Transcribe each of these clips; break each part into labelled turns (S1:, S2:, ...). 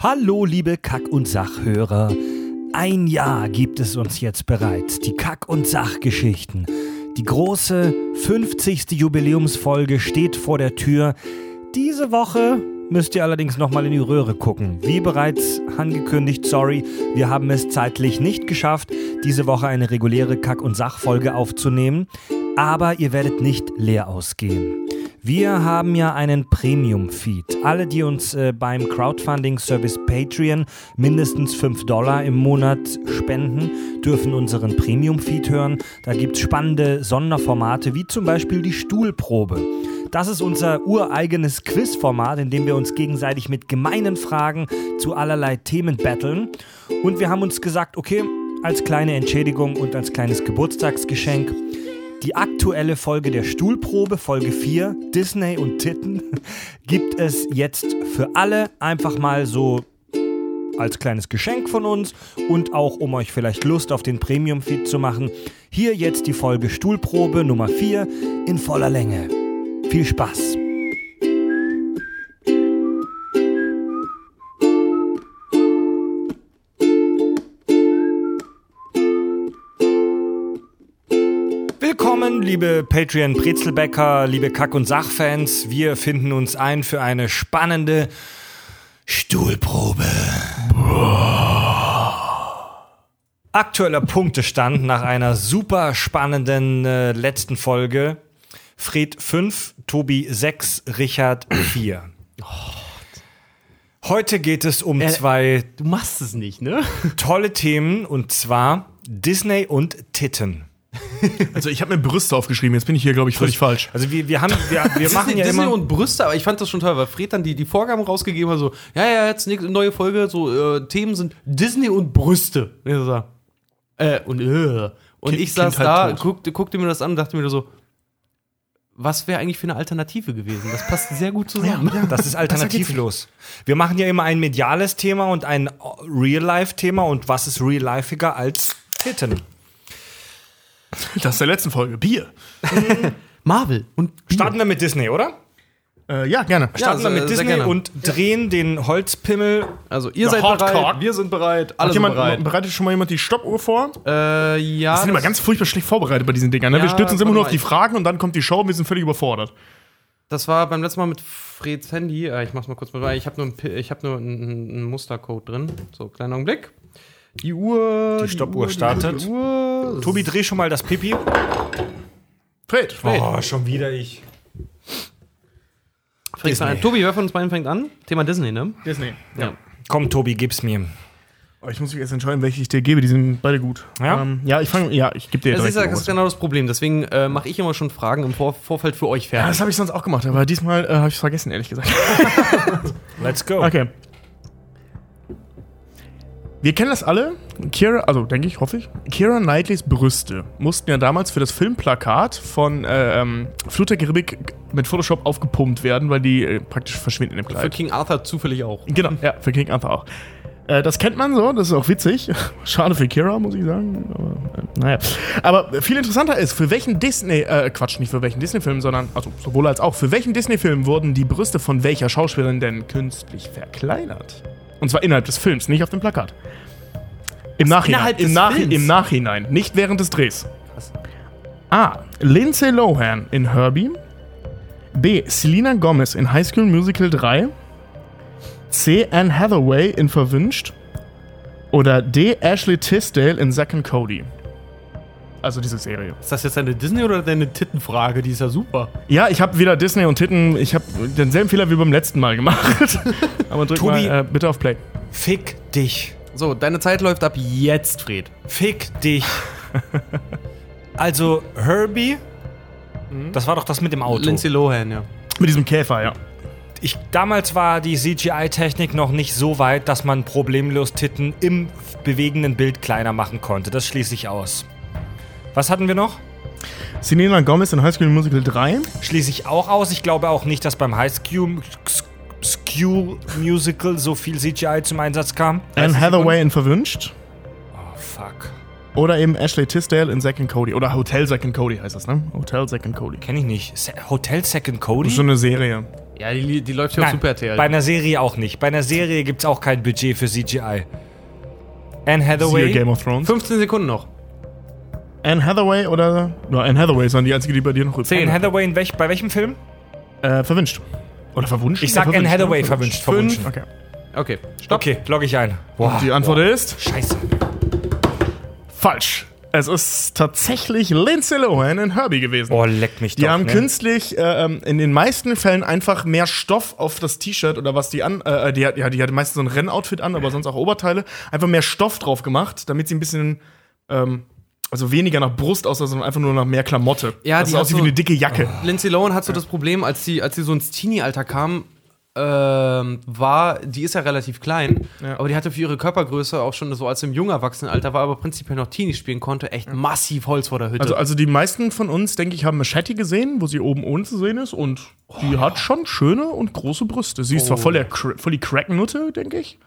S1: Hallo, liebe Kack- und Sachhörer. Ein Jahr gibt es uns jetzt bereits, die Kack- und Sachgeschichten. Die große 50. Jubiläumsfolge steht vor der Tür. Diese Woche müsst ihr allerdings nochmal in die Röhre gucken. Wie bereits angekündigt, sorry, wir haben es zeitlich nicht geschafft, diese Woche eine reguläre Kack- und Sachfolge aufzunehmen. Aber ihr werdet nicht leer ausgehen. Wir haben ja einen Premium-Feed. Alle, die uns äh, beim Crowdfunding-Service Patreon mindestens 5 Dollar im Monat spenden, dürfen unseren Premium-Feed hören. Da gibt es spannende Sonderformate, wie zum Beispiel die Stuhlprobe. Das ist unser ureigenes Quizformat, in dem wir uns gegenseitig mit gemeinen Fragen zu allerlei Themen battlen. Und wir haben uns gesagt, okay, als kleine Entschädigung und als kleines Geburtstagsgeschenk die aktuelle Folge der Stuhlprobe, Folge 4, Disney und Titten, gibt es jetzt für alle einfach mal so als kleines Geschenk von uns und auch um euch vielleicht Lust auf den Premium-Feed zu machen. Hier jetzt die Folge Stuhlprobe Nummer 4 in voller Länge. Viel Spaß! Willkommen, liebe Patreon Brezelbäcker, liebe Kack- und Sachfans. Wir finden uns ein für eine spannende Stuhlprobe. Aktueller Punktestand nach einer super spannenden äh, letzten Folge. Fred 5, Tobi 6, Richard 4. Heute geht es um
S2: Äh,
S1: zwei
S2: Du machst es nicht, ne?
S1: tolle Themen und zwar Disney und Titten.
S3: Also ich habe mir Brüste aufgeschrieben, jetzt bin ich hier, glaube ich, völlig falsch.
S1: Also wir, wir haben wir, wir machen ja
S2: Disney
S1: immer
S2: und Brüste, aber ich fand das schon toll, weil Fred dann die, die Vorgaben rausgegeben hat, so, ja, ja, jetzt nächste neue Folge, so, äh, Themen sind Disney und Brüste. Und er so, äh, und, äh. Und
S3: Kind-
S2: ich saß
S3: Kindheit
S2: da,
S3: tot.
S2: guckte, guckte mir das an und dachte mir so, was wäre eigentlich für eine Alternative gewesen? Das passt sehr gut zusammen.
S1: Das ist alternativlos. Wir machen ja immer ein mediales Thema und ein Real-Life-Thema. Und was ist real-lifeiger als Titten?
S3: Das ist der letzten Folge. Bier.
S2: Marvel und
S1: Starten wir mit Disney, oder?
S3: Äh, ja, gerne.
S1: Starten wir
S2: sehr-
S1: mit
S2: sehr
S1: Disney
S2: gerne.
S1: und drehen den Holzpimmel.
S2: Also, ihr
S3: The
S2: seid
S3: Hot
S2: bereit,
S3: Cock.
S2: wir sind bereit, alle
S3: Hat
S2: sind
S3: jemand,
S2: bereit.
S3: Bereitet schon mal jemand die Stoppuhr vor? Wir
S2: Äh, ja.
S3: sind immer
S2: das-
S3: ganz furchtbar schlecht vorbereitet bei diesen Dingern. Ne? wir
S2: Ja,
S3: stürzen uns
S2: warte
S3: immer nur
S2: mal,
S3: auf die
S2: ich-
S3: Fragen und dann kommt die Show und wir sind völlig überfordert.
S2: Das war beim letzten Mal mit Freds Handy. Äh, Ich mach's mal kurz mit rein. Ich habe nur, ein, Pi- ich hab nur einen, einen Mustercode drin. So, kleiner Augenblick. Die Uhr.
S1: Die Stoppuhr
S2: Uhr,
S1: startet.
S2: Die Uhr.
S1: Tobi, dreh schon mal das Pipi.
S3: Fred,
S1: Oh, schon wieder ich.
S2: Fred fängt an.
S1: Disney.
S2: Tobi, wer von uns beiden fängt an? Thema Disney, ne?
S3: Disney.
S2: Ja.
S1: Komm, Tobi, gib's mir.
S3: Oh, ich muss mich jetzt entscheiden, welche ich dir gebe. Die sind beide gut.
S1: Ja?
S3: ähm, ja ich fange. Ja, ich gebe dir
S2: Das
S3: direkt
S2: ist, ja-
S3: mal
S2: das
S3: was.
S2: ist genau das Problem. Deswegen äh, mache ich immer schon Fragen im Vor Vorfeld für euch
S3: ja,
S2: fertig.
S3: das habe ich sonst auch gemacht, aber diesmal äh, habe ich es vergessen, ehrlich gesagt.
S1: Let's go.
S3: Okay. Wir kennen das alle. Kira, also denke ich, hoffe ich. Kira Knightleys Brüste mussten ja damals für das Filmplakat von äh, ähm, Flut der Karibik mit Photoshop aufgepumpt werden, weil die äh, praktisch verschwinden im
S2: Für
S3: Kleid.
S2: King Arthur zufällig auch.
S3: genau, ja, für King Arthur auch. Äh, das kennt man so, das ist auch witzig. Schade für Kira, muss ich sagen. Aber, äh, naja. Aber viel interessanter ist, für welchen Disney, äh, Quatsch, nicht für welchen Disney-Film, sondern, also sowohl als auch, für welchen Disney-Film wurden die Brüste von welcher Schauspielerin denn künstlich verkleinert? Und zwar innerhalb des Films, nicht auf dem Plakat. Im Nachhinein.
S2: innerhalb
S3: im,
S2: des
S3: Nach
S2: Films?
S3: Im Nachhinein, nicht während des Drehs. A. Lindsay Lohan in Herbie. B. Selena Gomez in High School Musical 3. C. Anne Hathaway in Verwünscht. Oder D. Ashley Tisdale in Zack and Cody. Also diese Serie.
S2: Ist das jetzt deine Disney- oder deine Tittenfrage? Die ist ja super.
S3: Ja, ich habe wieder Disney und Titten. Ich habe denselben Fehler wie beim letzten Mal gemacht. Aber drück
S1: Tobi-
S3: mal äh, bitte auf Play.
S1: Fick dich.
S2: So, deine Zeit läuft ab jetzt, Fred.
S1: Fick dich. Also, Herbie. Das war doch das mit dem Auto.
S2: Lindsay Lohan, ja.
S3: Mit diesem Käfer, ja.
S1: Ich, damals war die CGI-Technik noch nicht so weit, dass man problemlos Titten im f- bewegenden Bild kleiner machen konnte. Das schließe ich aus. Was hatten wir noch?
S3: Selena Gomez in High School Musical 3.
S1: Schließe ich auch aus. Ich glaube auch nicht, dass beim High School School Musical so viel CGI zum Einsatz kam.
S3: Anne Hathaway in Verwünscht.
S1: Oh, fuck.
S3: Oder eben Ashley Tisdale in Zack and Cody. Oder Hotel Zack and Cody heißt das, ne? Hotel Zack and Cody.
S1: Kenne ich nicht. Se Hotel Second Cody?
S3: Das ist so eine Serie.
S2: Ja, die, die läuft ja auf
S1: Nein,
S2: Super RTL.
S1: Bei einer Serie auch nicht. Bei einer Serie gibt es auch kein Budget für CGI. Anne
S3: Siehe Game
S1: Hathaway.
S3: of Thrones.
S2: 15 Sekunden noch.
S3: Anne Hathaway oder. Nur Anne Hathaway ist dann die einzige, die bei dir noch
S1: Anne
S3: übrig
S1: Hathaway in welch, bei welchem Film?
S3: ist. Äh, verwünscht. Oder verwunscht?
S1: Ich sag
S3: Ja,
S1: Anne
S3: verwünscht, ne?
S1: Hathaway verwünscht.
S2: Fünf.
S1: verwünscht.
S3: Okay.
S2: Okay, stopp.
S1: Okay, logge ich ein. Boah,
S3: Die Antwort ist
S1: scheiße.
S3: falsch. Es ist tatsächlich Lindsay Lohan in Herbie gewesen.
S1: Boah, leck mich
S3: Die
S1: doch.
S3: haben
S1: ne?
S3: künstlich äh, ähm, in den meisten Fällen einfach mehr Stoff auf das T-Shirt oder was die an. Äh, die, hat- ja, die hatte meistens so ein Rennoutfit an, aber sonst auch Oberteile. Einfach mehr Stoff drauf gemacht, damit sie ein bisschen. Ähm, also weniger nach Brust aussah, sondern einfach nur nach mehr Klamotte.
S2: Ja,
S3: das
S2: die
S3: sah
S2: hat
S3: aussieht
S2: so-
S3: wie eine dicke Jacke.
S1: Oh.
S2: Lindsay Lohan hat so das Problem, als sie, als sie so ins Teenie-Alter kam, ähm, war, die ist ja relativ klein,
S3: Ja.
S2: aber die hatte für ihre Körpergröße auch schon so, als sie im jungen Erwachsenenalter war, aber prinzipiell noch Teenie spielen konnte, echt massiv Holz vor der Hütte.
S3: Also, also die meisten von uns, denke ich, haben Machete gesehen, wo sie oben ohne zu sehen ist. Und
S2: Oh,
S3: die hat schon schöne und große Brüste. Sie ist zwar voll, der, Cra- voll die Cracknutte, denke ich.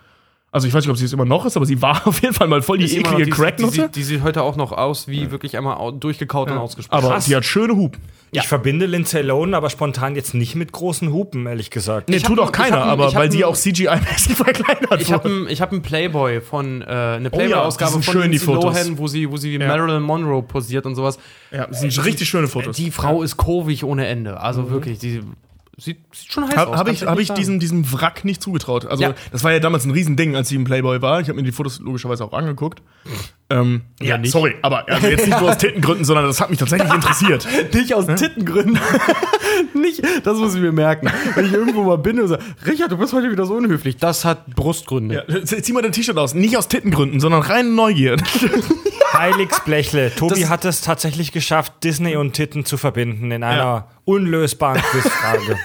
S3: Also ich weiß nicht, ob sie es immer noch ist, aber sie war auf jeden Fall mal voll die,
S2: ist immer noch-
S3: eklige
S2: die, die,
S3: Cracknutte.
S2: sieht- die sieht heute auch noch aus, wie wirklich einmal au- durchgekaut und ausgesprochen.
S3: Aber
S1: Krass.
S3: die hat schöne Hupen.
S1: Ich verbinde Lindsay Lohan aber spontan jetzt nicht mit großen Hupen, ehrlich gesagt.
S3: Nee,
S2: Ich
S3: tut
S2: hab-
S3: auch keiner,
S2: ich hab-
S3: aber
S2: ich hab-
S3: weil sie auch CGI-mäßig verkleinert
S2: Ich habe
S3: wurde.
S2: einen hab ein Playboy von, äh, eine
S3: Oh die
S2: Playboy-Ausgabe
S3: sind
S2: von
S3: schön, die
S2: Lindsay
S3: Fotos.
S2: Lohan, wo sie, wo sie wie Marilyn Monroe posiert und sowas.
S3: Ja, das sind richtig schöne Fotos.
S2: Die Frau ist kurvig ohne Ende. Also wirklich, die sieht, sieht schon heiß
S3: Habe
S2: aus.
S3: hab
S2: kann
S3: ich, hab
S2: nicht
S3: ich
S2: sagen.
S3: diesem, diesem Wrack nicht zugetraut. Also,
S2: Ja.
S3: das war ja damals ein Riesending, als sie im Playboy war. Ich habe mir die Fotos logischerweise auch angeguckt. Ähm, ja,
S2: nicht.
S3: sorry, aber also jetzt nicht nur aus Tittengründen, sondern das hat mich tatsächlich interessiert.
S2: Nicht aus Tittengründen. nicht, das muss ich mir merken. Wenn ich irgendwo mal bin und sage, Richard, du bist heute wieder so unhöflich. Das hat Brustgründe.
S3: Ja, zieh mal dein T-Shirt aus. Nicht aus Tittengründen, sondern rein Neugier.
S1: Heiligsblechle. Tobi
S3: Das-
S1: hat es tatsächlich geschafft, Disney und Titten zu verbinden in einer unlösbaren Quizfrage.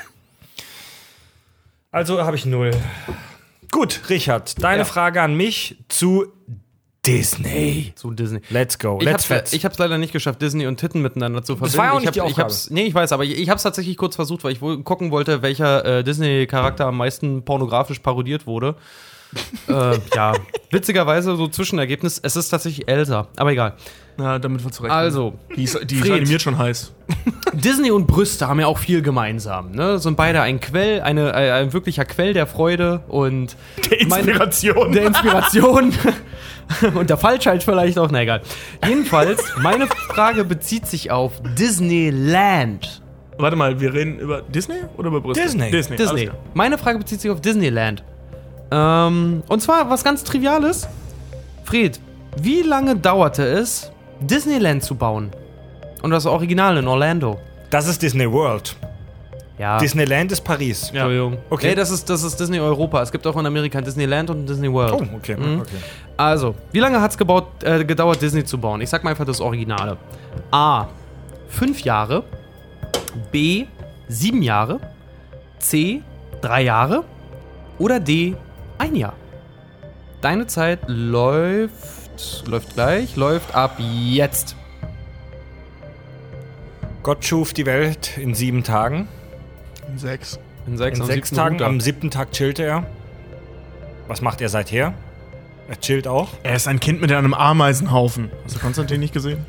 S1: also habe ich null. Gut, Richard, deine
S2: Ja.
S1: Frage an mich zu Disney.
S2: So Disney.
S1: Let's go.
S2: Ich
S1: Let's
S2: hab's, ich hab's leider nicht geschafft, Disney und Titten miteinander zu verbinden.
S1: war ja auch
S2: ich
S1: nicht die
S2: ich
S1: Aufgabe.
S2: hab's, Nee, ich weiß, aber ich, ich hab's tatsächlich kurz versucht, weil ich wohl gucken wollte, welcher äh, Disney-Charakter am meisten pornografisch parodiert wurde. äh, ja, witzigerweise so Zwischenergebnis. Es ist tatsächlich Elsa, aber egal.
S3: Na, damit wird zurecht.
S2: Also,
S3: die ist, die ist
S2: Fred.
S3: animiert schon heiß.
S2: Disney und Brüste haben ja auch viel gemeinsam. Ne? Sind beide ein Quell, eine, ein, ein wirklicher Quell der Freude und meine-
S3: Inspiration.
S2: der Inspiration und der Falschheit vielleicht auch. Na egal. Jedenfalls, meine Frage bezieht sich auf Disneyland.
S3: Warte mal, wir reden über Disney oder über Brüste?
S1: Disney.
S3: Disney.
S2: Disney.
S3: alles klar.
S2: Meine Frage bezieht sich auf Disneyland. Ähm, und zwar was ganz Triviales. Fred, wie lange dauerte es, Disneyland zu bauen? Und das Original in Orlando.
S1: das ist Disney World.
S2: Ja.
S1: Disneyland ist Paris.
S2: Entschuldigung.
S1: Okay.
S2: Okay. Nee, das ist, das ist Disney Europa. Es gibt auch in Amerika ein Disneyland und ein Disney World.
S1: Oh, okay. okay.
S2: Also, wie lange hat es gebaut, äh, gedauert, Disney zu bauen? Ich sag mal einfach das Originale. A. Fünf Jahre. B. Sieben Jahre. C. Drei Jahre. Oder D. Ein Jahr. Deine Zeit läuft. läuft gleich. läuft ab jetzt.
S1: Gott schuf die Welt in sieben Tagen.
S3: Sechs.
S2: In sechs,
S1: In
S2: am
S1: sechs
S2: siebten
S1: Tagen.
S2: Ruhetag.
S1: Am siebten Tag chillte er. Was macht er seither? Er chillt auch.
S3: Er ist ein Kind mit einem Ameisenhaufen. Hast du Konstantin nicht gesehen?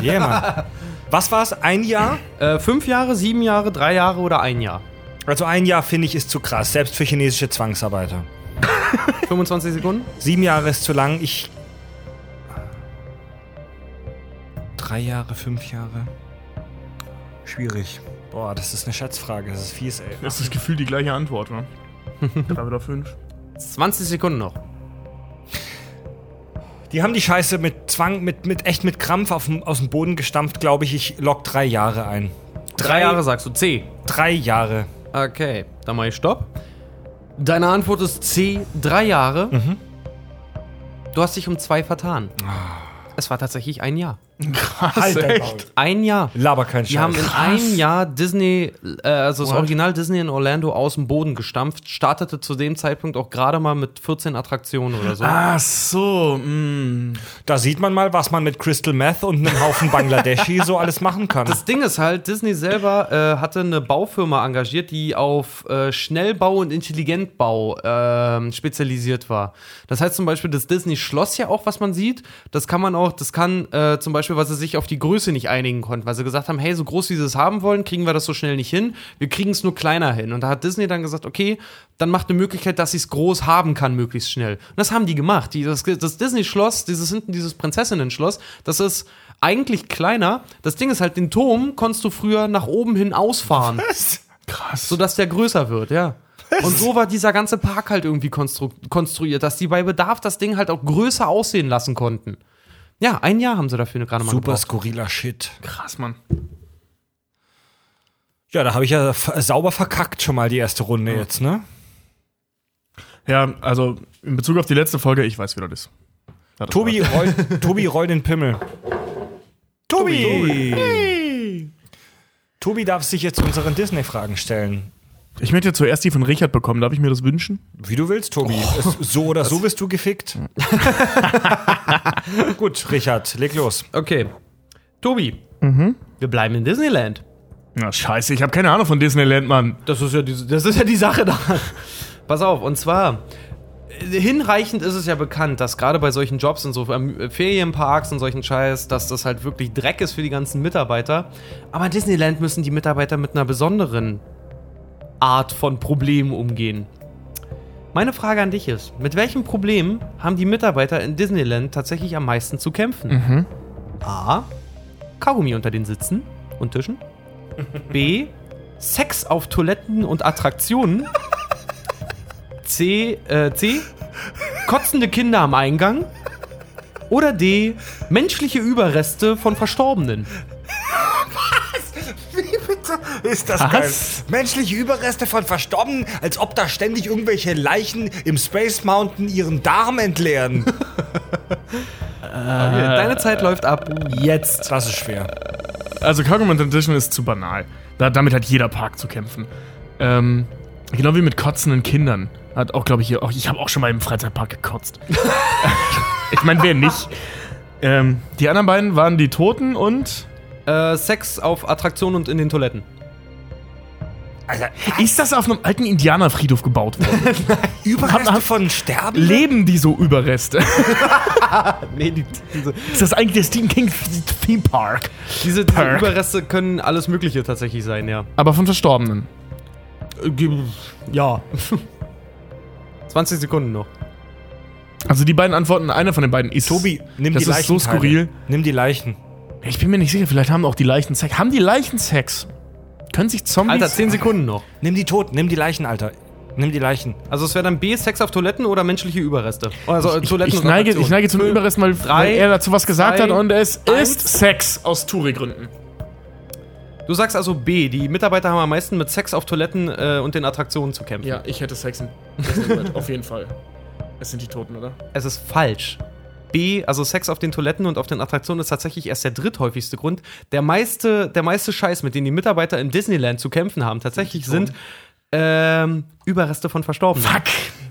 S1: Yeah, Mann. Was war es? Ein Jahr?
S2: Äh, fünf Jahre, sieben Jahre, drei Jahre oder ein Jahr?
S1: Also ein Jahr finde ich ist zu krass, selbst für chinesische Zwangsarbeiter.
S2: 25 Sekunden?
S1: Sieben Jahre ist zu lang. Ich. Drei Jahre, fünf Jahre. Schwierig. Boah, das ist eine Schätzfrage. Das ist fies, ey.
S3: Das ist gefühlt die gleiche Antwort, ne? Drei oder fünf.
S2: 20 Sekunden noch.
S1: Die haben die Scheiße mit Zwang, mit, mit echt mit Krampf auf, aus dem Boden gestampft, glaube ich. Ich lock drei Jahre ein.
S2: Drei Jahre sagst du. C.
S1: Drei Jahre.
S2: Okay, dann mache ich Stopp. Deine Antwort ist C, drei Mhm. Ah. Jahre. Du hast dich um zwei vertan. Es war tatsächlich ein Jahr.
S3: Krass,
S4: Halt dein
S3: echt.
S4: Maul.
S2: Ein Jahr.
S1: Laber kein
S2: Die haben in
S1: Scheiß.
S2: einem Jahr Disney, äh, also das Original Disney in Orlando aus dem Boden gestampft, startete zu dem Zeitpunkt auch gerade mal mit 14 Attraktionen oder so.
S3: Ach so, mm.
S1: Da sieht man mal, was man mit Crystal Meth und einem Haufen Bangladeschi so alles machen kann.
S2: Das Ding ist halt, Disney selber äh, hatte eine Baufirma engagiert, die auf äh, Schnellbau und Intelligentbau ähm, spezialisiert war. Das heißt zum Beispiel, das Disney-Schloss ja auch, was man sieht, das kann man auch, das kann äh, zum Beispiel, weil sie sich auf die Größe nicht einigen konnten, weil sie gesagt haben, hey, so groß wie sie es haben wollen, kriegen wir das so schnell nicht hin, wir kriegen es nur kleiner hin. Und da hat Disney dann gesagt, okay, dann macht eine Möglichkeit, dass sie es groß haben kann, möglichst schnell. Und das haben die gemacht. Die, das das Disney-Schloss, dieses hinten, dieses Prinzessinnen-Schloss, das ist eigentlich kleiner. Das Ding ist halt, den Turm konntest du früher nach oben hin ausfahren,
S3: krass.
S2: sodass der größer wird, ja. Und so war dieser ganze Park halt irgendwie konstru konstruiert, dass die bei Bedarf das Ding halt auch größer aussehen lassen konnten. Ja, ein Jahr haben sie dafür gerade mal
S1: Super
S2: gebraucht.
S1: skurriler Shit.
S3: krass, Mann.
S1: Ja, da habe ich ja f- sauber verkackt schon mal die erste Runde jetzt, ne?
S3: Ja, also in Bezug auf die letzte Folge, ich weiß, wie das ist. Ja, das
S1: Tobi, roll, Tobi, roll den Pimmel. Tobi! Tobi, darf sich jetzt unseren Disney-Fragen stellen.
S3: war's. Ich möchte zuerst die von Richard bekommen. Darf ich mir das wünschen?
S1: Wie du willst, Tobi. Es- so oder so wirst du gefickt. Gut, Richard, leg los.
S2: Okay. Tobi, wir bleiben in Disneyland.
S3: Na, scheiße, ich habe keine Ahnung von Disneyland, Mann.
S2: Das ist ja die, das ist ja die Sache da. Pass auf, und zwar. äh, Hinreichend ist es ja bekannt, dass gerade bei solchen Jobs und so ähm, Ferienparks und solchen Scheiß, dass das halt wirklich Dreck ist für die ganzen Mitarbeiter. Aber in Disneyland müssen die Mitarbeiter mit einer besonderen Art von Problemen umgehen. Meine Frage an dich ist: Mit welchem Problem haben die Mitarbeiter in Disneyland tatsächlich am meisten zu kämpfen? A. Kaugummi unter den Sitzen und Tischen. B. Sex auf Toiletten und Attraktionen. C. Äh, C. Kotzende Kinder am Eingang. Oder D. Menschliche Überreste von Verstorbenen.
S1: Ist das
S3: Was?
S1: geil? Menschliche Überreste von Verstorbenen, als ob da ständig irgendwelche Leichen im Space Mountain ihren Darm entleeren.
S2: Deine Zeit läuft ab. Äh. Jetzt.
S1: Das ist schwer.
S3: Also Cogman Edition ist zu banal. Da, damit hat jeder Park zu kämpfen. Ähm, genau wie mit kotzenden Kindern. Hat auch, glaube ich, hier auch, ich habe auch schon mal im Freizeitpark gekotzt. ich meine, wer nicht? Ähm, die anderen beiden waren die Toten und.
S2: Äh, Sex auf Attraktionen und in den Toiletten.
S1: Alter,
S3: Ist das auf einem alten Indianerfriedhof gebaut worden?
S1: Überreste von Sterben?
S3: Leben die so Überreste?
S2: Nee, die, diese,
S3: ist das eigentlich der Stephen King Theme Park?
S2: diese, diese Überreste können alles Mögliche tatsächlich sein, ja.
S3: Aber von Verstorbenen.
S2: Ja. 20 Sekunden noch.
S3: Also die beiden Antworten, eine von den beiden ist.
S1: Tobi, nimm
S3: das
S1: die
S3: ist so
S1: Leichen.
S3: skurril.
S1: Nimm die Leichen.
S3: Ich bin mir nicht sicher, vielleicht haben auch die Leichen Sex. Haben die Leichen Sex? Können sich Zombies.
S2: Alter, 10 Sekunden noch.
S1: Nimm die Toten, nimm die Leichen, Alter. Nimm die Leichen.
S2: Also es wäre dann B, Sex auf Toiletten oder menschliche Überreste. Also
S3: ich,
S2: Toiletten
S3: ich, neige, ich
S2: Attraktionen.
S3: neige zum Überrest, weil, weil er dazu was gesagt
S2: zwei,
S3: hat und es ist
S2: eins.
S3: Sex aus Touri-Gründen.
S2: Du sagst also B, die Mitarbeiter haben am meisten mit Sex auf Toiletten äh, und den Attraktionen zu kämpfen.
S3: Ja, ich hätte Sex in auf jeden Fall. Es sind die Toten, oder?
S2: Es ist falsch. B, also Sex auf den Toiletten und auf den Attraktionen ist tatsächlich erst der dritthäufigste Grund. Der meiste, der meiste Scheiß, mit dem die Mitarbeiter im Disneyland zu kämpfen haben, tatsächlich sind ähm, Überreste von Verstorbenen.
S3: Fuck!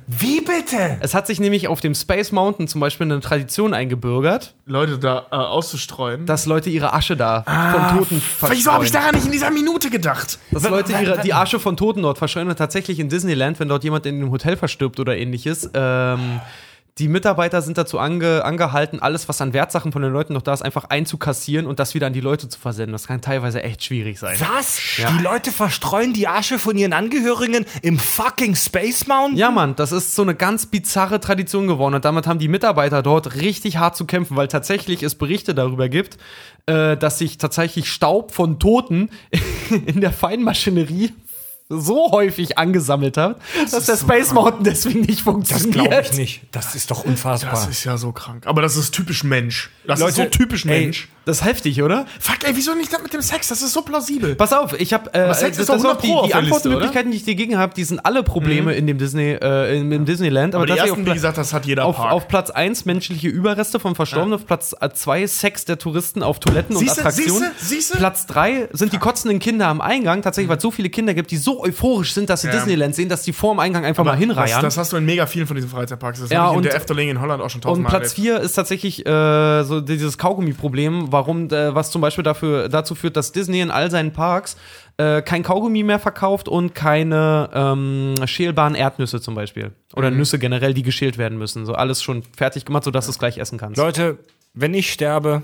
S4: Wie bitte?
S2: Es hat sich nämlich auf dem Space Mountain zum Beispiel eine Tradition eingebürgert,
S3: Leute da äh, auszustreuen.
S2: dass Leute ihre Asche da von Toten verstreuen.
S3: Wieso habe Ah, ich daran nicht in dieser Minute gedacht?
S2: Dass Leute ihre, die Asche von Toten dort verschreien und tatsächlich in Disneyland, wenn dort jemand in einem Hotel verstirbt oder ähnliches, ähm, die Mitarbeiter sind dazu ange, angehalten, alles, was an Wertsachen von den Leuten noch da ist, einfach einzukassieren und das wieder an die Leute zu versenden. Das kann teilweise echt schwierig sein.
S1: Was? Die Leute verstreuen die Asche von ihren Angehörigen im fucking Space Mountain?
S2: Ja, Mann, das ist so eine ganz bizarre Tradition geworden und damit haben die Mitarbeiter dort richtig hart zu kämpfen, weil tatsächlich es Berichte darüber gibt, äh, dass sich tatsächlich Staub von Toten in der Feinmaschinerie so häufig angesammelt hat, dass der Space Mountain deswegen nicht
S1: Das
S2: funktioniert.
S1: glaube ich nicht. Das ist doch unfassbar.
S3: Das ist ja so krank. Aber das ist typisch Mensch. Das ist so
S1: Leute,
S3: typisch
S1: ey.
S3: Mensch.
S2: Das ist heftig, oder?
S3: Fuck, ey, wieso nicht das mit dem Sex? Das ist so plausibel.
S2: Pass auf, ich habe äh,
S3: Aber Sex
S2: das-
S3: ist doch
S2: das
S3: 100
S2: die,
S3: Pro auf
S2: die
S3: der Liste, Mhm.
S2: Antwortmöglichkeiten, die ich dir gegen habe, die sind alle Probleme in dem Disney, äh, im, im Disneyland. Aber,
S3: Aber die
S2: tatsächlich
S3: ersten, wie
S2: auf, Pla-
S3: gesagt, das hat jeder
S2: auf,
S3: Park.
S2: auf Platz 1 menschliche Überreste von Verstorbenen, auf Platz 2 Sex der Touristen auf Toiletten
S3: Siehste,
S2: und Attraktionen.
S3: siehste, siehste?
S2: Platz 3 sind die kotzenden Kinder am Eingang, tatsächlich, weil es so viele Kinder gibt, die so euphorisch sind, dass sie
S3: Ja.
S2: Disneyland sehen, dass die vor dem Eingang einfach mal
S3: das,
S2: hinreiern.
S3: das hast du in mega vielen von diesen Freizeitparks. Das
S2: Ja,
S3: habe ich in
S2: und-
S3: der Efteling in Holland auch schon
S2: Und
S3: tausendmal
S2: Platz 4 ist tatsächlich äh, so dieses Kaugummi-Problem, warum, äh, was zum Beispiel dafür, dazu führt, dass Disney in all seinen Parks äh, kein Kaugummi mehr verkauft und keine ähm, schälbaren Erdnüsse zum Beispiel. Oder
S3: Mhm.
S2: Nüsse generell, die geschält werden müssen. So alles schon fertig gemacht, sodass du es gleich essen kannst.
S1: Leute, wenn ich sterbe,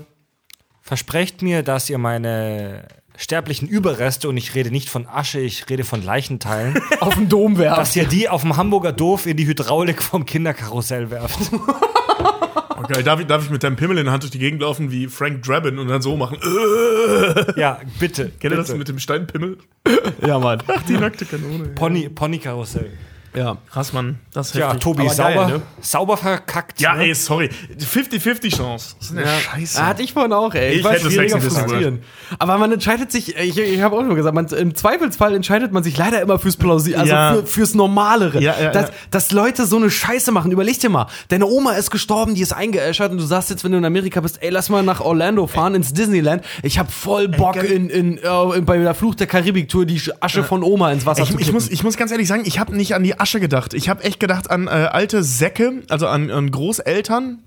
S1: versprecht mir, dass ihr meine sterblichen Überreste, und ich rede nicht von Asche, ich rede von Leichenteilen,
S2: Auf den Dom
S1: dass ihr die auf dem Hamburger Dorf in die Hydraulik vom Kinderkarussell werft.
S3: Okay, darf ich, darf ich mit deinem Pimmel in der Hand durch die Gegend laufen wie Frank Drabin und dann so machen? Äh,
S1: Ja, bitte.
S3: Kennt ihr das
S1: bitte.
S3: mit dem Steinpimmel?
S2: Ja, Mann.
S3: Die nackte Kanone.
S1: Pony, Ponykarussell.
S2: Ja.
S3: Krass, Mann. Das ist
S1: Ja,
S3: heftig.
S1: Tobi,
S2: Aber geil,
S1: sauber,
S2: ne?
S1: sauber verkackt.
S3: Ja,
S1: ne?
S3: ey, sorry. 50-50 Chance. Das ist eine Scheiße.
S2: Ah, hatte ich vorhin auch, ey.
S3: Ich hätte es
S2: schwieriger
S3: wechseln müssen,
S2: frustrieren. Aber man entscheidet sich, ich, ich habe auch schon gesagt, man, im Zweifelsfall entscheidet man sich leider immer fürs Plausi, also
S3: Ja.
S2: für, fürs Normalere.
S3: Ja, ja,
S2: dass,
S3: ja.
S2: dass Leute so eine Scheiße machen. Überleg dir mal, deine Oma ist gestorben, die ist eingeäschert und du sagst jetzt, wenn du in Amerika bist, ey, lass mal nach Orlando fahren, ins Disneyland. Ich habe voll Bock
S3: geil.
S2: in, in, äh, in, bei der Fluch der Karibik-Tour die Asche von Oma ins Wasser
S3: Ich,
S2: zu
S3: ich,
S2: kippen.
S3: muss, ich muss ganz ehrlich sagen, ich habe nicht an die Asche gedacht. Ich habe echt gedacht an äh, alte Säcke, also an, an Großeltern.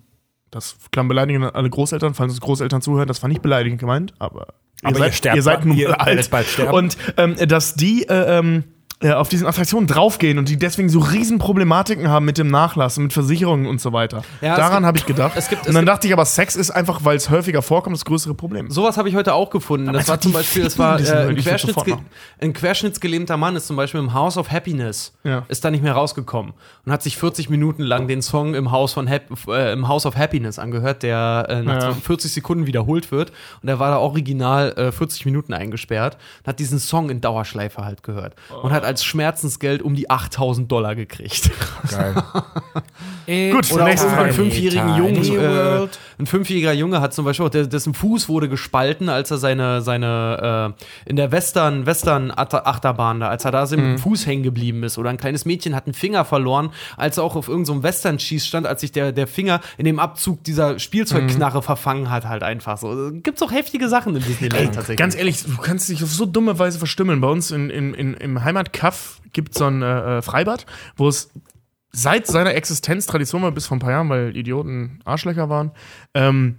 S3: Das klang beleidigend an alle Großeltern, falls uns Großeltern zuhören. Das war nicht beleidigend gemeint, aber,
S1: Aber ihr sterbt
S3: ihr seid
S1: bald-
S3: nun
S1: ihr
S3: mal alt.
S1: werdet bald sterben.
S3: Und ähm, dass die äh, ähm, äh, auf diesen Attraktionen draufgehen und die deswegen so riesen Problematiken haben mit dem Nachlass und mit Versicherungen und so weiter.
S2: Ja, es
S3: Daran
S2: gibt-
S3: habe ich gedacht.
S2: es gibt- es
S3: und dann
S2: gibt-
S3: dachte ich aber, Sex ist einfach, weil es häufiger vorkommt, das größere Problem.
S2: Sowas habe ich heute auch gefunden. das
S3: also
S2: war zum
S3: die
S2: Beispiel, das
S3: ficken
S2: war
S3: diesen
S2: äh, ein,
S3: Leuten, ich würd's
S2: Querschnittsge
S3: sofort machen.
S2: ein querschnittsgelähmter Mann ist zum Beispiel im House of Happiness,
S3: Ja.
S2: ist da nicht mehr rausgekommen und hat sich 40 Minuten lang den Song im House, von Hap äh, im House of Happiness angehört, der äh, nach
S3: Ja.
S2: 40 Sekunden wiederholt wird. Und er war da original äh, 40 Minuten eingesperrt und hat diesen Song in Dauerschleife halt gehört
S3: Oh.
S2: und hat als Schmerzensgeld um die 8000 Dollar gekriegt.
S1: Gut,
S3: Oder
S2: Oder auch
S3: Nächste
S2: von
S3: Frage.
S2: einem fünfjährigen Jungen. Äh,
S1: World.
S2: ein fünfjähriger Junge hat zum Beispiel auch, der, dessen Fuß wurde gespalten, als er seine, seine äh, in der Western, Western Achter- Achterbahn da, als er da im Fuß hängen geblieben ist. Oder ein kleines Mädchen hat einen Finger verloren, als er auch auf irgendeinem Western Schieß stand, als sich der, der Finger in dem Abzug dieser Spielzeugknarre verfangen hat, halt einfach so. Gibt's auch heftige Sachen in Disneyland tatsächlich.
S3: Ganz ehrlich, du kannst dich auf so dumme Weise verstümmeln. Bei uns in, in, in, im Heimatkaff gibt es so ein äh, äh, Freibad, wo es seit seiner Existenz Tradition war, bis vor ein paar Jahren, weil Idioten Arschlöcher waren, ähm,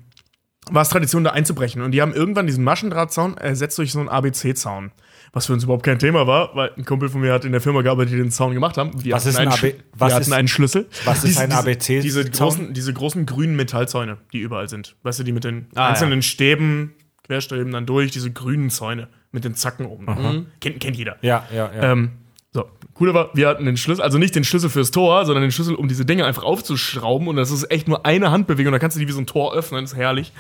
S3: war es Tradition, da einzubrechen. Und die haben irgendwann diesen Maschendrahtzaun ersetzt durch so einen ABC-Zaun. Was für uns überhaupt kein Thema war, weil ein Kumpel von mir hat in der Firma gearbeitet, die den Zaun gemacht haben. Wir
S1: Was
S3: hatten
S1: ist ein
S3: einen
S1: AB
S3: Schl-
S1: was
S3: wir hatten
S1: ist-
S3: einen Schlüssel.
S1: was ist ein ABC-Zaun?
S3: Diese großen, diese großen grünen Metallzäune, die überall sind. Weißt du, die mit den
S2: Ah,
S3: einzelnen Stäben, Querstäben dann durch, diese grünen Zäune mit den Zacken oben. drauf. Kennt, kennt jeder.
S1: Ja, ja, ja.
S3: Ähm, so, coole war, wir hatten den Schlüssel, also nicht den Schlüssel fürs Tor, sondern den Schlüssel, um diese Dinge einfach aufzuschrauben. Und das ist echt nur eine Handbewegung. Da kannst du die wie so ein Tor öffnen, das ist herrlich.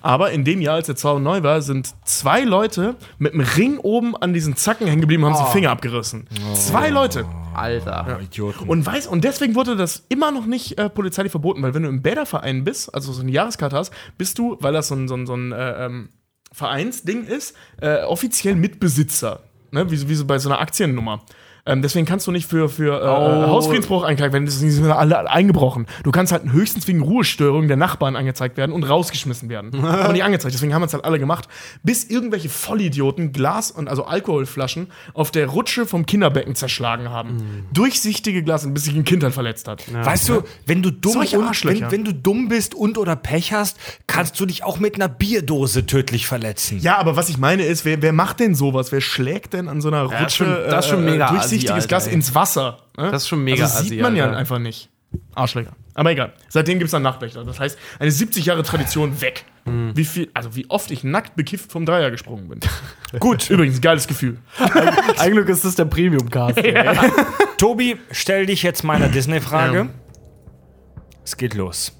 S3: Aber in dem Jahr, als der Zaun neu war, sind zwei Leute mit einem Ring oben an diesen Zacken hängen geblieben und haben sich Finger abgerissen. Zwei Leute.
S2: Alter.
S1: Idioten.
S3: Und weiß, und deswegen wurde das immer noch nicht äh, polizeilich verboten, weil wenn du im Bäderverein bist, also so eine Jahreskarte hast, bist du, weil das so ein, so ein, so ein äh, ähm, Vereinsding ist, äh, offiziell Mitbesitzer. Ne? Wie, so- wie so bei so einer Aktiennummer. Ähm, deswegen kannst du nicht für, für äh,
S2: Oh.
S3: Hausfriedensbruch angeklagt werden, die sind ja alle eingebrochen. Du kannst halt höchstens wegen Ruhestörung der Nachbarn angezeigt werden und rausgeschmissen werden. Aber nicht angezeigt, deswegen haben wir es halt alle gemacht. Bis irgendwelche Vollidioten Glas- und also Alkoholflaschen auf der Rutsche vom Kinderbecken zerschlagen haben. Durchsichtige Glas, bis sich ein Kind dann verletzt hat.
S1: Weißt du, wenn du, dumm
S3: Solche
S1: und,
S3: Arschlöcher.
S1: wenn, wenn du dumm bist und oder Pech hast, kannst du dich auch mit einer Bierdose tödlich
S2: Hm.
S1: verletzen.
S3: Ja, aber was ich meine ist, wer, wer macht denn sowas? Wer schlägt denn an so einer Rutsche
S2: das ist schon- das ist schon
S3: äh, äh,
S2: mega assi,
S3: durchsichtiges
S2: Alter,
S3: Glas
S2: ey.
S3: ins Wasser? ne?
S2: Das ist schon mega
S3: Also
S2: assi,
S3: sieht man ja
S2: Alter.
S3: einfach nicht. Arschläger. Aber egal. Seitdem gibt's dann Nachtwächter. Das heißt, eine 70 Jahre Tradition weg.
S2: Hm.
S3: Wie viel, also wie oft ich nackt bekifft vom Dreier gesprungen bin. Gut. Übrigens, geiles Gefühl.
S2: Ein Glück ist das der Premium-Cast.
S1: Tobi, stell dich jetzt meiner Disney-Frage. Es geht los.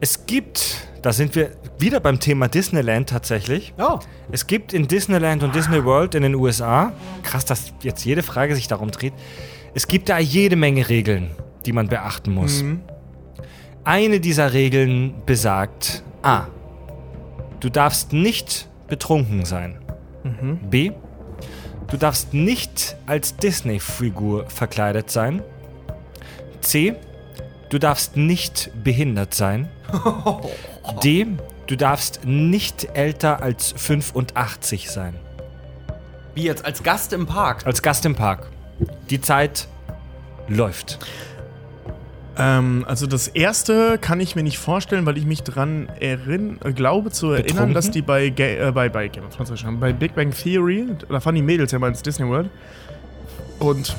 S1: Es gibt, da sind wir wieder beim Thema Disneyland tatsächlich.
S2: Oh.
S1: Es gibt in Disneyland und Disney World in den USA, krass, dass jetzt jede Frage sich darum dreht, es gibt da jede Menge Regeln, die man beachten muss. Eine dieser Regeln besagt, a, du darfst nicht betrunken sein. B, du darfst nicht als Disney-Figur verkleidet sein. C, du darfst nicht behindert sein. D. Du darfst nicht älter als 85 sein.
S2: Wie jetzt? Als Gast im Park?
S1: Als Gast im Park. Die Zeit läuft.
S3: Ähm, also das erste kann ich mir nicht vorstellen, weil ich mich dran erinn, äh, glaube zu erinnern,
S1: Betrunken?
S3: dass die bei, Ga äh, bei, bei Game of Thrones sag ich schon, bei Big Bang Theory, da fahren die Mädels ja mal ins Disney World. Und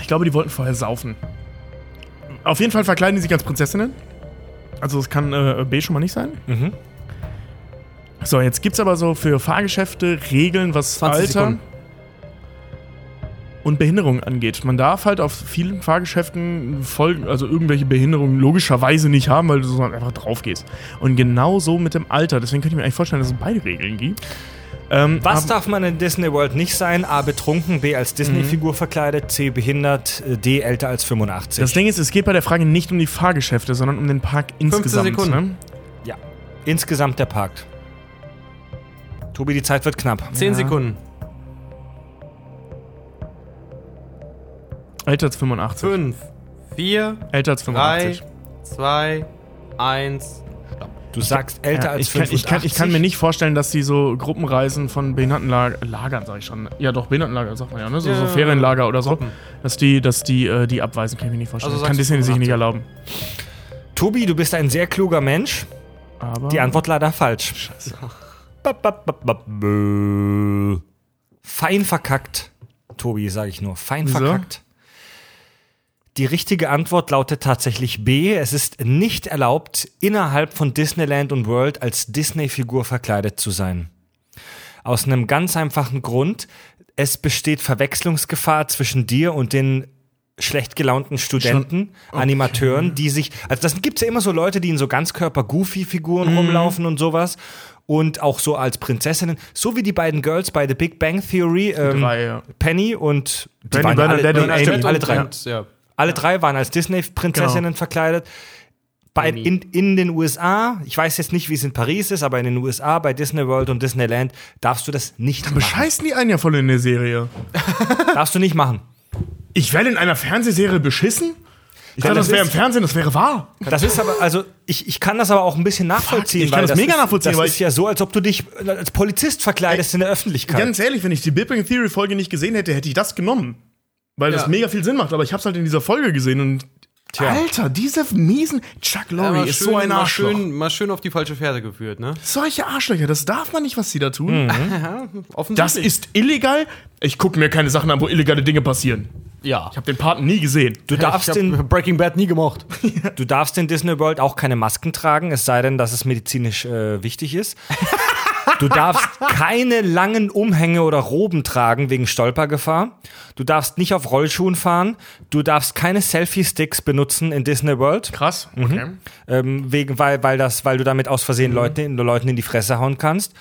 S3: ich glaube, die wollten vorher saufen. Auf jeden Fall verkleiden die sich als Prinzessinnen. Also das kann äh, B schon mal nicht sein.
S1: Mhm.
S3: So, jetzt gibt's aber so für Fahrgeschäfte Regeln, was
S2: 20
S3: Alter
S2: Sekunden.
S3: und Behinderung angeht. Man darf halt auf vielen Fahrgeschäften Folgen, also irgendwelche Behinderungen logischerweise nicht haben, weil du so einfach drauf gehst. Und genau so mit dem Alter. Deswegen könnte ich mir eigentlich vorstellen, dass es beide Regeln gibt. Ähm,
S1: Was
S3: ab-
S1: darf man in Disney World nicht sein? A. Betrunken, B. Als Disney-Figur verkleidet, C. Behindert, äh, D. Älter als 85.
S3: Mhm. Das Ding ist, es geht bei der Frage nicht um die Fahrgeschäfte, sondern um den Park insgesamt.
S2: Sekunden.
S3: Ne?
S1: ja. Insgesamt der Park. Tobi, die Zeit wird knapp.
S2: Zehn
S3: Ja.
S2: Sekunden.
S3: Älter als 85.
S2: Fünf, vier,
S3: Älter als
S2: drei,
S3: 85.
S2: zwei, eins.
S1: Du sagst älter
S3: Ja,
S1: als
S3: ich kann,
S1: 85.
S3: ich, kann, ich kann mir nicht vorstellen, dass die so Gruppenreisen von Behindertenlagern, sag ich schon. Ja, doch, Behindertenlager sagt man ja, ne? So,
S2: Ja,
S3: so Ferienlager oder so.
S2: Gruppen.
S3: Dass die, dass die, äh, die abweisen, kann ich mir nicht vorstellen.
S2: Also
S3: kann
S2: sagst du
S3: Disney sich nicht erlauben.
S1: Tobi, du bist ein sehr kluger Mensch.
S3: Aber
S1: Die Antwort leider falsch. Scheiße. Fein verkackt. Tobi, sage ich nur. Fein
S3: Wieso?
S1: verkackt. Die richtige Antwort lautet tatsächlich B. Es ist nicht erlaubt, innerhalb von Disneyland und World als Disney-Figur verkleidet zu sein. Aus einem ganz einfachen Grund. Es besteht Verwechslungsgefahr zwischen dir und den schlecht gelaunten Studenten, Animateuren, die sich, also das gibt's ja immer so Leute, die in so
S3: Mhm.
S1: Ganzkörper-Goofy-Figuren rumlaufen und sowas und auch so als Prinzessinnen, so wie die beiden Girls bei The Big Bang Theory, ähm,
S3: drei, ja.
S1: Penny und die
S3: Penny,
S1: waren ja
S3: Bernadette
S1: alle,
S3: und
S1: nee, stimmt,
S3: Amy.
S1: alle drei,
S2: Und,
S3: Oh,
S2: ja.
S1: alle drei waren als Disney-Prinzessinnen
S3: Genau.
S1: verkleidet. Bei, in, in den USA, ich weiß jetzt nicht, wie es in Paris ist, aber in den USA bei Disney World und Disneyland darfst du das nicht machen.
S3: Bescheißen die einen ja voll in der Serie.
S1: Darfst du nicht machen.
S3: Ich werde in einer Fernsehserie beschissen? Ich dachte,
S1: das
S3: das wäre im
S1: ist-
S3: Fernsehen, das wäre wahr.
S1: Das ist aber, also ich, ich kann das aber auch ein bisschen nachvollziehen.
S3: ich kann
S1: weil
S3: das mega
S1: ist,
S3: nachvollziehen,
S1: Das
S3: weil
S1: ist
S3: ich-
S1: ja so, als ob du dich als Polizist verkleidest in der Öffentlichkeit.
S3: Ganz ehrlich, wenn ich die Big Bang Theory Folge nicht gesehen hätte, hätte ich das genommen. Weil
S2: Ja.
S3: das mega viel Sinn macht, aber ich hab's halt in dieser Folge gesehen und. Alter, diese miesen. Chuck Lorre
S2: mal
S3: ist
S2: schön-
S3: so ein
S2: mal
S3: Arschloch.
S2: schön, mal schön auf die falsche Pferde geführt, ne?
S3: Solche Arschlöcher, das darf man nicht, was sie da tun. Das
S2: Offensichtlich.
S3: ist illegal. Ich gucke mir keine Sachen an, wo illegale Dinge passieren.
S2: ja.
S3: Ich habe den Paten nie gesehen.
S1: Du darfst, in,
S2: Breaking Bad nie gemocht.
S1: du darfst in Disney World auch keine Masken tragen, es sei denn, dass es medizinisch äh, wichtig ist. Du darfst keine langen Umhänge oder Roben tragen wegen Stolpergefahr. Du darfst nicht auf Rollschuhen fahren. Du darfst keine Selfie-Sticks benutzen in Disney World,
S3: Krass. Okay.
S1: ähm, wegen, weil, weil, das, weil du damit aus Versehen
S3: Mhm.
S1: Leuten, Leuten in die Fresse hauen kannst.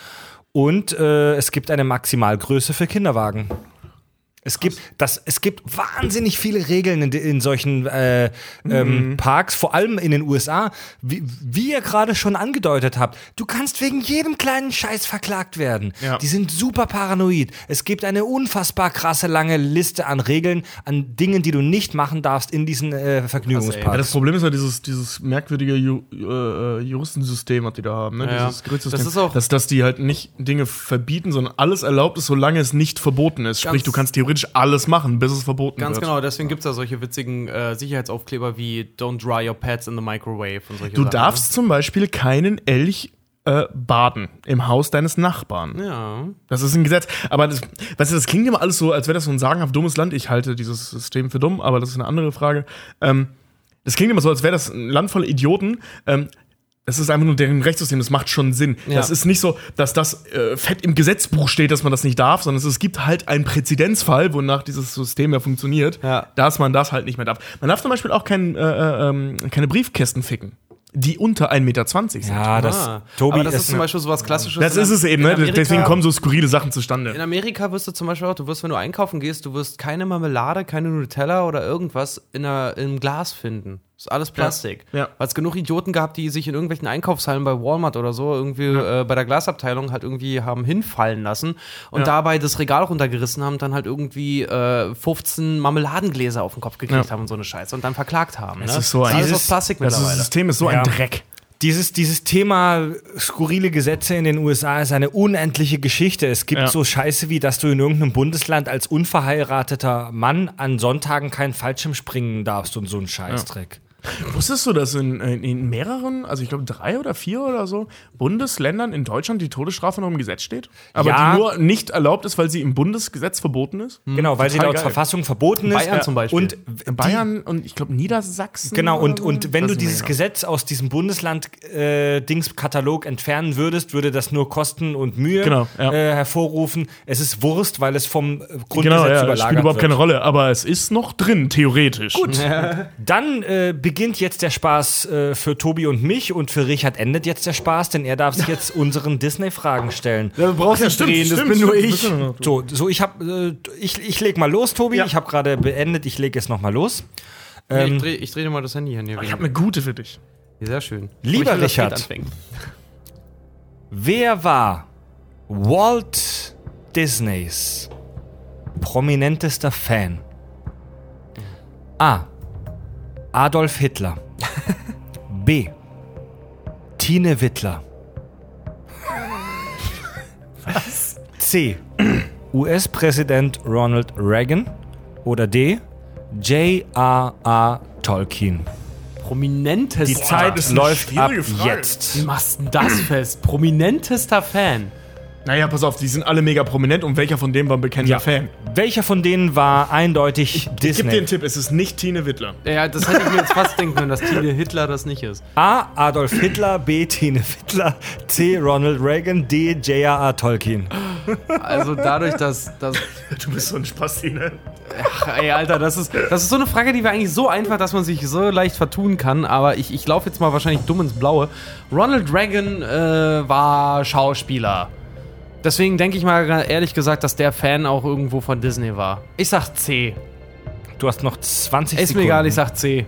S1: Und äh, es gibt eine Maximalgröße für Kinderwagen. Es gibt, das, es gibt wahnsinnig viele Regeln in, in solchen äh,
S3: Mhm.
S1: ähm, Parks, vor allem in den USA. Wie, wie ihr gerade schon angedeutet habt, du kannst wegen jedem kleinen Scheiß verklagt werden.
S3: Ja.
S1: Die sind super paranoid. Es gibt eine unfassbar krasse lange Liste an Regeln, an Dingen, die du nicht machen darfst in diesen äh,
S3: Ja,
S1: Vergnügungsparks.
S3: das Problem ist ja dieses, dieses merkwürdige Ju äh, äh, Juristensystem, was die da haben. Ne?
S2: Ja, ja.
S3: Dieses Gerichtssystem.
S2: Das ist auch-
S3: dass, dass die halt nicht Dinge verbieten, sondern alles erlaubt ist, solange es nicht verboten ist. Sprich,
S2: Ganz-
S3: du kannst theoretisch alles machen, bis es verboten
S2: Ganz
S3: wird.
S2: genau, deswegen gibt es da solche witzigen äh, Sicherheitsaufkleber wie Don't dry your pads in the microwave und solche Sachen.
S3: Du
S2: ne?
S3: darfst zum Beispiel keinen Elch äh, baden im Haus deines Nachbarn.
S2: Ja.
S3: Das ist ein Gesetz. Aber das, weißt du, das klingt immer alles so, als wäre das so ein sagenhaft dummes Land. Ich halte dieses System für dumm, aber das ist eine andere Frage. Ähm, das klingt immer so, als wäre das ein Land voller Idioten. Ähm, das ist einfach nur deren Rechtssystem, das macht schon Sinn.
S2: Ja.
S3: Das ist nicht so, dass das äh, fett im Gesetzbuch steht, dass man das nicht darf, sondern es, es gibt halt einen Präzedenzfall, wonach dieses System ja funktioniert,
S2: Ja.
S3: dass man das halt nicht mehr darf. Man darf zum Beispiel auch kein, äh, äh, ähm, keine Briefkästen ficken. die unter 1,20 Meter sind.
S1: Ja, das,
S2: Ah,
S1: Tobi,
S2: aber das
S1: das
S2: ist zum Beispiel sowas Klassisches.
S3: Das
S2: in
S3: ist es eben, ne?
S2: in Amerika-
S3: Deswegen kommen so skurrile Sachen zustande.
S2: In Amerika wirst du zum Beispiel auch, du wirst, wenn du einkaufen gehst, du wirst keine Marmelade, keine Nutella oder irgendwas in einer, im Glas finden. Ist alles Plastik.
S3: Ja.
S2: Weil es genug Idioten gab, die sich in irgendwelchen Einkaufshallen bei Walmart oder so irgendwie äh, bei der Glasabteilung halt irgendwie haben hinfallen lassen und
S3: Ja.
S2: dabei das Regal runtergerissen haben, und dann halt irgendwie äh, 15 Marmeladengläser auf den Kopf gekriegt haben und so eine Scheiße und dann verklagt haben.
S3: Das
S2: ne?
S3: ist so ein-
S2: alles
S1: Dieses-
S2: aus Plastik
S3: Das
S2: mittlerweile.
S3: System ist so
S1: Ja.
S3: ein Dreck.
S1: Dieses, dieses Thema skurrile Gesetze in den USA ist eine unendliche Geschichte. Es gibt
S3: Ja.
S1: so Scheiße wie, dass du in irgendeinem Bundesland als unverheirateter Mann an Sonntagen keinen Fallschirm springen darfst und so ein Scheißdreck.
S3: Mhm. Wusstest du, dass in, in, in mehreren, also ich glaube drei oder vier oder so, Bundesländern in Deutschland die Todesstrafe noch im Gesetz steht? Aber
S1: Ja.
S3: die nur nicht erlaubt ist, weil sie im Bundesgesetz verboten ist?
S1: Genau, weil sie
S3: Total
S1: laut
S3: geil.
S1: Verfassung verboten ist.
S2: Bayern
S1: Ja.
S2: zum Beispiel.
S1: Und
S3: In Bayern und ich glaube Niedersachsen.
S1: Genau,
S3: oder
S1: und,
S3: so?
S1: und wenn du
S3: Das ist
S1: dieses
S3: mega.
S1: Gesetz aus diesem Bundesland-Dings-Katalog entfernen würdest, würde das nur Kosten und Mühe
S3: Genau, ja.
S1: äh, hervorrufen. Es ist Wurst, weil es vom äh, Grundgesetz
S3: Genau, ja,
S1: überlagert
S3: spielt überhaupt
S1: wird.
S3: keine Rolle, aber es ist noch drin, theoretisch. Gut.
S1: Dann äh, beginnt jetzt der Spaß äh, für Tobi und mich und für Richard endet jetzt der Spaß, denn er darf sich jetzt unseren Disney-Fragen stellen.
S4: Du brauchst nicht drehen, das bin nur ich.
S1: So, so ich, hab, äh, ich, ich leg mal los, Tobi. Ich habe gerade beendet, ich leg jetzt nochmal los.
S2: Nee, ich drehe ich dreh dir mal das Handy an hier.
S3: ähm, Ich
S2: wegen-
S3: habe eine gute für dich.
S2: Sehr schön.
S1: Lieber
S2: Aber ich will, dass Pete
S1: Richard.
S2: anfängt.
S1: Wer war Walt Disneys prominentester Fan? A. Adolf Hitler. B. Tine Wittler. Was? C. US-Präsident Ronald Reagan. Oder D. J.R.R. Tolkien.
S2: Prominentester.
S1: Die Zeit
S3: das ist eine
S1: läuft ab
S3: schwierige Frage.
S2: Wie
S1: jetzt.
S2: machst du denn das fest? Prominentester Fan.
S3: Naja, pass auf, die sind alle mega prominent und welcher von denen war ein bekannter Fan?
S1: Welcher von denen war eindeutig
S3: Ich gebe
S1: Disney?
S3: dir einen Tipp, es ist nicht Tine Wittler.
S2: Ja, das hätte ich mir jetzt fast denken können, dass Tine Hitler das nicht ist.
S1: A. Adolf Hitler, B. Tine Wittler, C. Ronald Reagan, D. J.R.R. Tolkien.
S2: Also dadurch, dass. dass
S3: Du bist so ein Spasti, ne?
S2: ey, Alter, das ist, das ist so eine Frage, die wir eigentlich so einfach, dass man sich so leicht vertun kann. Aber ich, ich laufe jetzt mal wahrscheinlich dumm ins Blaue. Ronald Reagan äh, war Schauspieler. Deswegen denke ich mal ehrlich gesagt, dass der Fan auch irgendwo von Disney war. Ich sag C.
S1: Du hast noch 20
S2: Ist mir
S1: Sekunden.
S2: egal, ich sag C.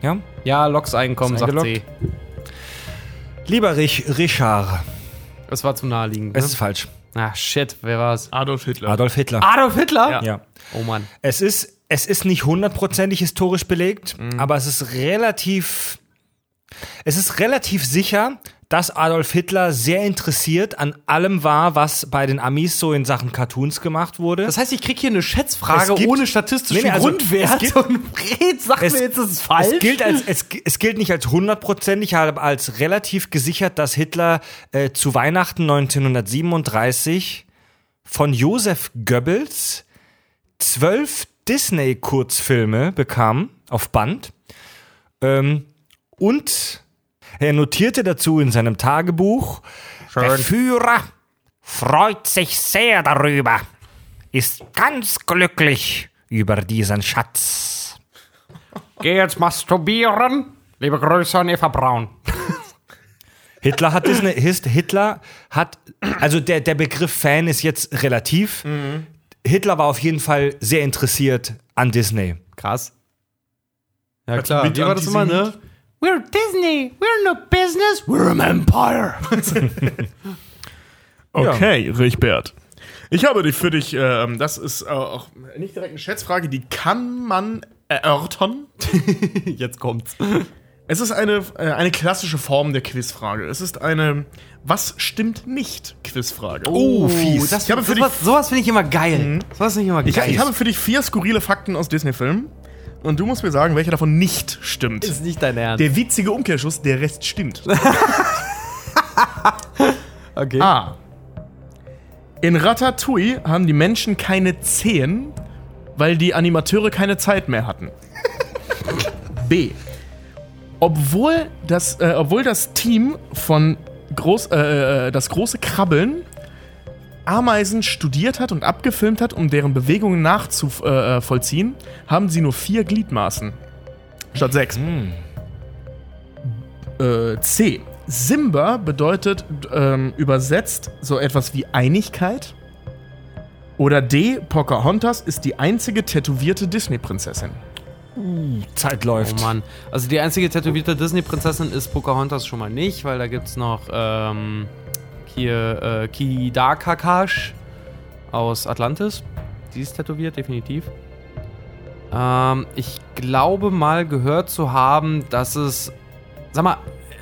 S1: Ja?
S2: Ja, Loks Einkommen,
S1: Ist
S2: sagt C.
S1: eingeloggt? Lieber Rich, Richard.
S2: Das war zu naheliegend. Ne?
S1: Es ist falsch.
S2: Ach shit, wer war's?
S3: Adolf Hitler.
S1: Adolf Hitler.
S2: Adolf Hitler?
S1: Ja.
S2: Oh Mann.
S1: Es ist, es ist nicht hundertprozentig historisch belegt,
S2: Mhm.
S1: aber es ist relativ. Es ist relativ sicher, dass Adolf Hitler sehr interessiert an allem war, was bei den Amis so in Sachen Cartoons gemacht wurde.
S2: Das heißt, ich krieg hier eine Schätzfrage
S1: Es gibt-
S2: ohne statistischen
S1: Nee, nee, also,
S2: Grundwert
S1: es gibt-
S2: und Fred sagt
S1: Es-
S2: mir jetzt, das ist falsch.
S1: Es gilt, als, es, es gilt nicht als hundertprozentig, aber als relativ gesichert, dass Hitler äh, zu Weihnachten 1937 von Josef Goebbels zwölf Disney-Kurzfilme bekam auf Band. Ähm, und er notierte dazu in seinem Tagebuch, der Führer freut sich sehr darüber, ist ganz glücklich über diesen Schatz.
S2: Geh jetzt masturbieren. Liebe Grüße an Eva Braun.
S1: Hitler hat Disney, Hist- Hitler hat, also der, der Begriff Fan ist jetzt relativ.
S2: Mhm.
S1: Hitler war auf jeden Fall sehr interessiert an Disney.
S2: Krass. Ja, klar.
S3: mit
S2: Wie war das immer, ne? We're Disney. We're no business. We're an empire.
S3: Okay, Richbert. Ich habe dich für dich, ähm, das ist äh, auch nicht direkt eine Schätzfrage, die kann man erörtern.
S2: jetzt kommt's.
S3: Es ist eine, äh, eine klassische Form der Quizfrage. Es ist eine Was stimmt nicht Quizfrage.
S1: Oh, fies.
S2: Das,
S3: Ich habe für
S2: sowas sowas finde ich immer geil. Sowas finde Mhm. ich immer
S3: Ich,
S2: geil.
S3: ich habe für dich vier skurrile Fakten aus Disney-Filmen und du musst mir sagen, welcher davon nicht stimmt.
S2: ist nicht dein Ernst.
S3: der witzige Umkehrschluss, der Rest stimmt.
S2: Okay.
S3: A. Ah. In Ratatouille haben die Menschen keine Zehen, weil die Animateure keine Zeit mehr hatten. B. Obwohl das, äh, obwohl das Team von Groß, äh, äh, das große Krabbeln Ameisen studiert hat und abgefilmt hat, um deren Bewegungen nachzuvollziehen, äh, vollziehen,
S2: Mhm.
S3: haben sie nur vier Gliedmaßen. Statt sechs. Äh, C. Simba bedeutet ähm, übersetzt so etwas wie Einigkeit. Oder D. Pocahontas ist die einzige tätowierte Disney-Prinzessin.
S1: Zeit läuft.
S2: Oh Mann. Also die einzige tätowierte Disney-Prinzessin ist Pocahontas schon mal nicht, weil da gibt's noch ähm, hier äh, Kidakakash aus Atlantis. Die ist tätowiert, definitiv. Ähm, ich glaube mal gehört zu haben, dass es. Sag mal,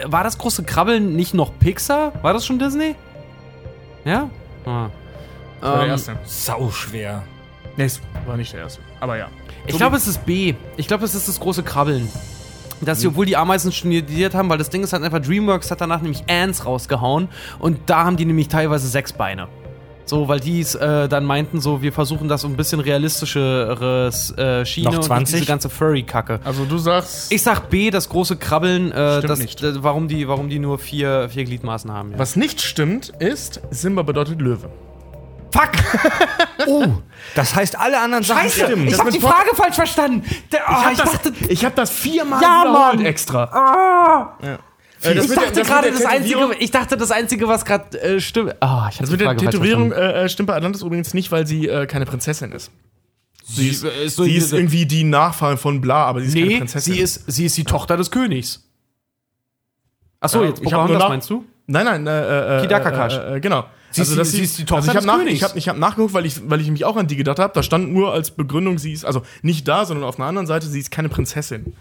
S2: war das große Krabbeln nicht noch Pixar? War das schon Disney? Ja? Ah.
S3: War der
S2: Ähm,
S3: erste.
S1: Sau schwer.
S3: Nee, es war nicht der erste. Aber ja.
S2: Ich glaube, es ist B. Ich glaube, es ist das große Krabbeln. Dass sie,
S3: Mhm.
S2: obwohl die Ameisen studiert haben, weil das Ding ist halt einfach, DreamWorks hat danach nämlich Ants rausgehauen und da haben die nämlich teilweise sechs Beine. So, weil die es, äh, dann meinten, so, wir versuchen das um ein bisschen realistischeres äh, Schiene
S1: Noch
S2: und nicht
S1: 20?
S2: diese ganze Furry-Kacke.
S3: Also du sagst,
S2: Ich sag B, das große Krabbeln, äh,
S3: Stimmt
S2: das,
S3: nicht.
S2: d- warum, die, warum die nur vier, vier Gliedmaßen haben. Ja.
S3: was nicht stimmt, ist, Simba bedeutet Löwe.
S2: Fuck!
S1: Oh, das heißt, alle anderen Sachen stimmen.
S2: Ich
S3: Das
S2: hab
S3: mit
S2: die
S3: Pod-
S2: Frage falsch verstanden! Der, oh, ich,
S3: das,
S2: dachte.
S3: ich hab das viermal
S2: Ja,
S3: wiederholt
S2: Mann.
S3: extra.
S2: Ah.
S3: Äh, das
S2: ich
S3: mit der-
S2: dachte
S3: das mit
S2: gerade
S3: der
S2: das
S3: Tätowierung-
S2: einzige, ich dachte das einzige, was gerade äh, stimmt. Ah, ich hatte
S3: Das Also mit der Tätowierung äh, äh, stimmt bei Atlantis übrigens nicht, weil sie äh, keine Prinzessin ist.
S2: Sie ist, so
S3: Sie ist irgendwie die Nachfahrin von Bla, aber sie ist keine
S2: nee,
S3: Prinzessin.
S2: sie ist sie ist die Tochter des Königs. Achso,
S3: Äh,
S2: jetzt
S3: ich hab nur
S2: Pocahontas
S3: nach-
S2: meinst du?
S3: Nein, nein, äh, äh, äh,
S2: Kidakakash.
S3: Äh, äh, genau.
S2: Sie ist die-
S3: dass
S2: sie ist die Tochter
S3: ich hab
S2: des
S3: nach,
S2: Königs.
S3: Ich habe ich hab nachgeguckt, weil ich, weil ich mich auch an die gedacht habe. Da stand nur als Begründung, sie ist, also nicht da, sondern auf einer anderen Seite, sie ist keine Prinzessin.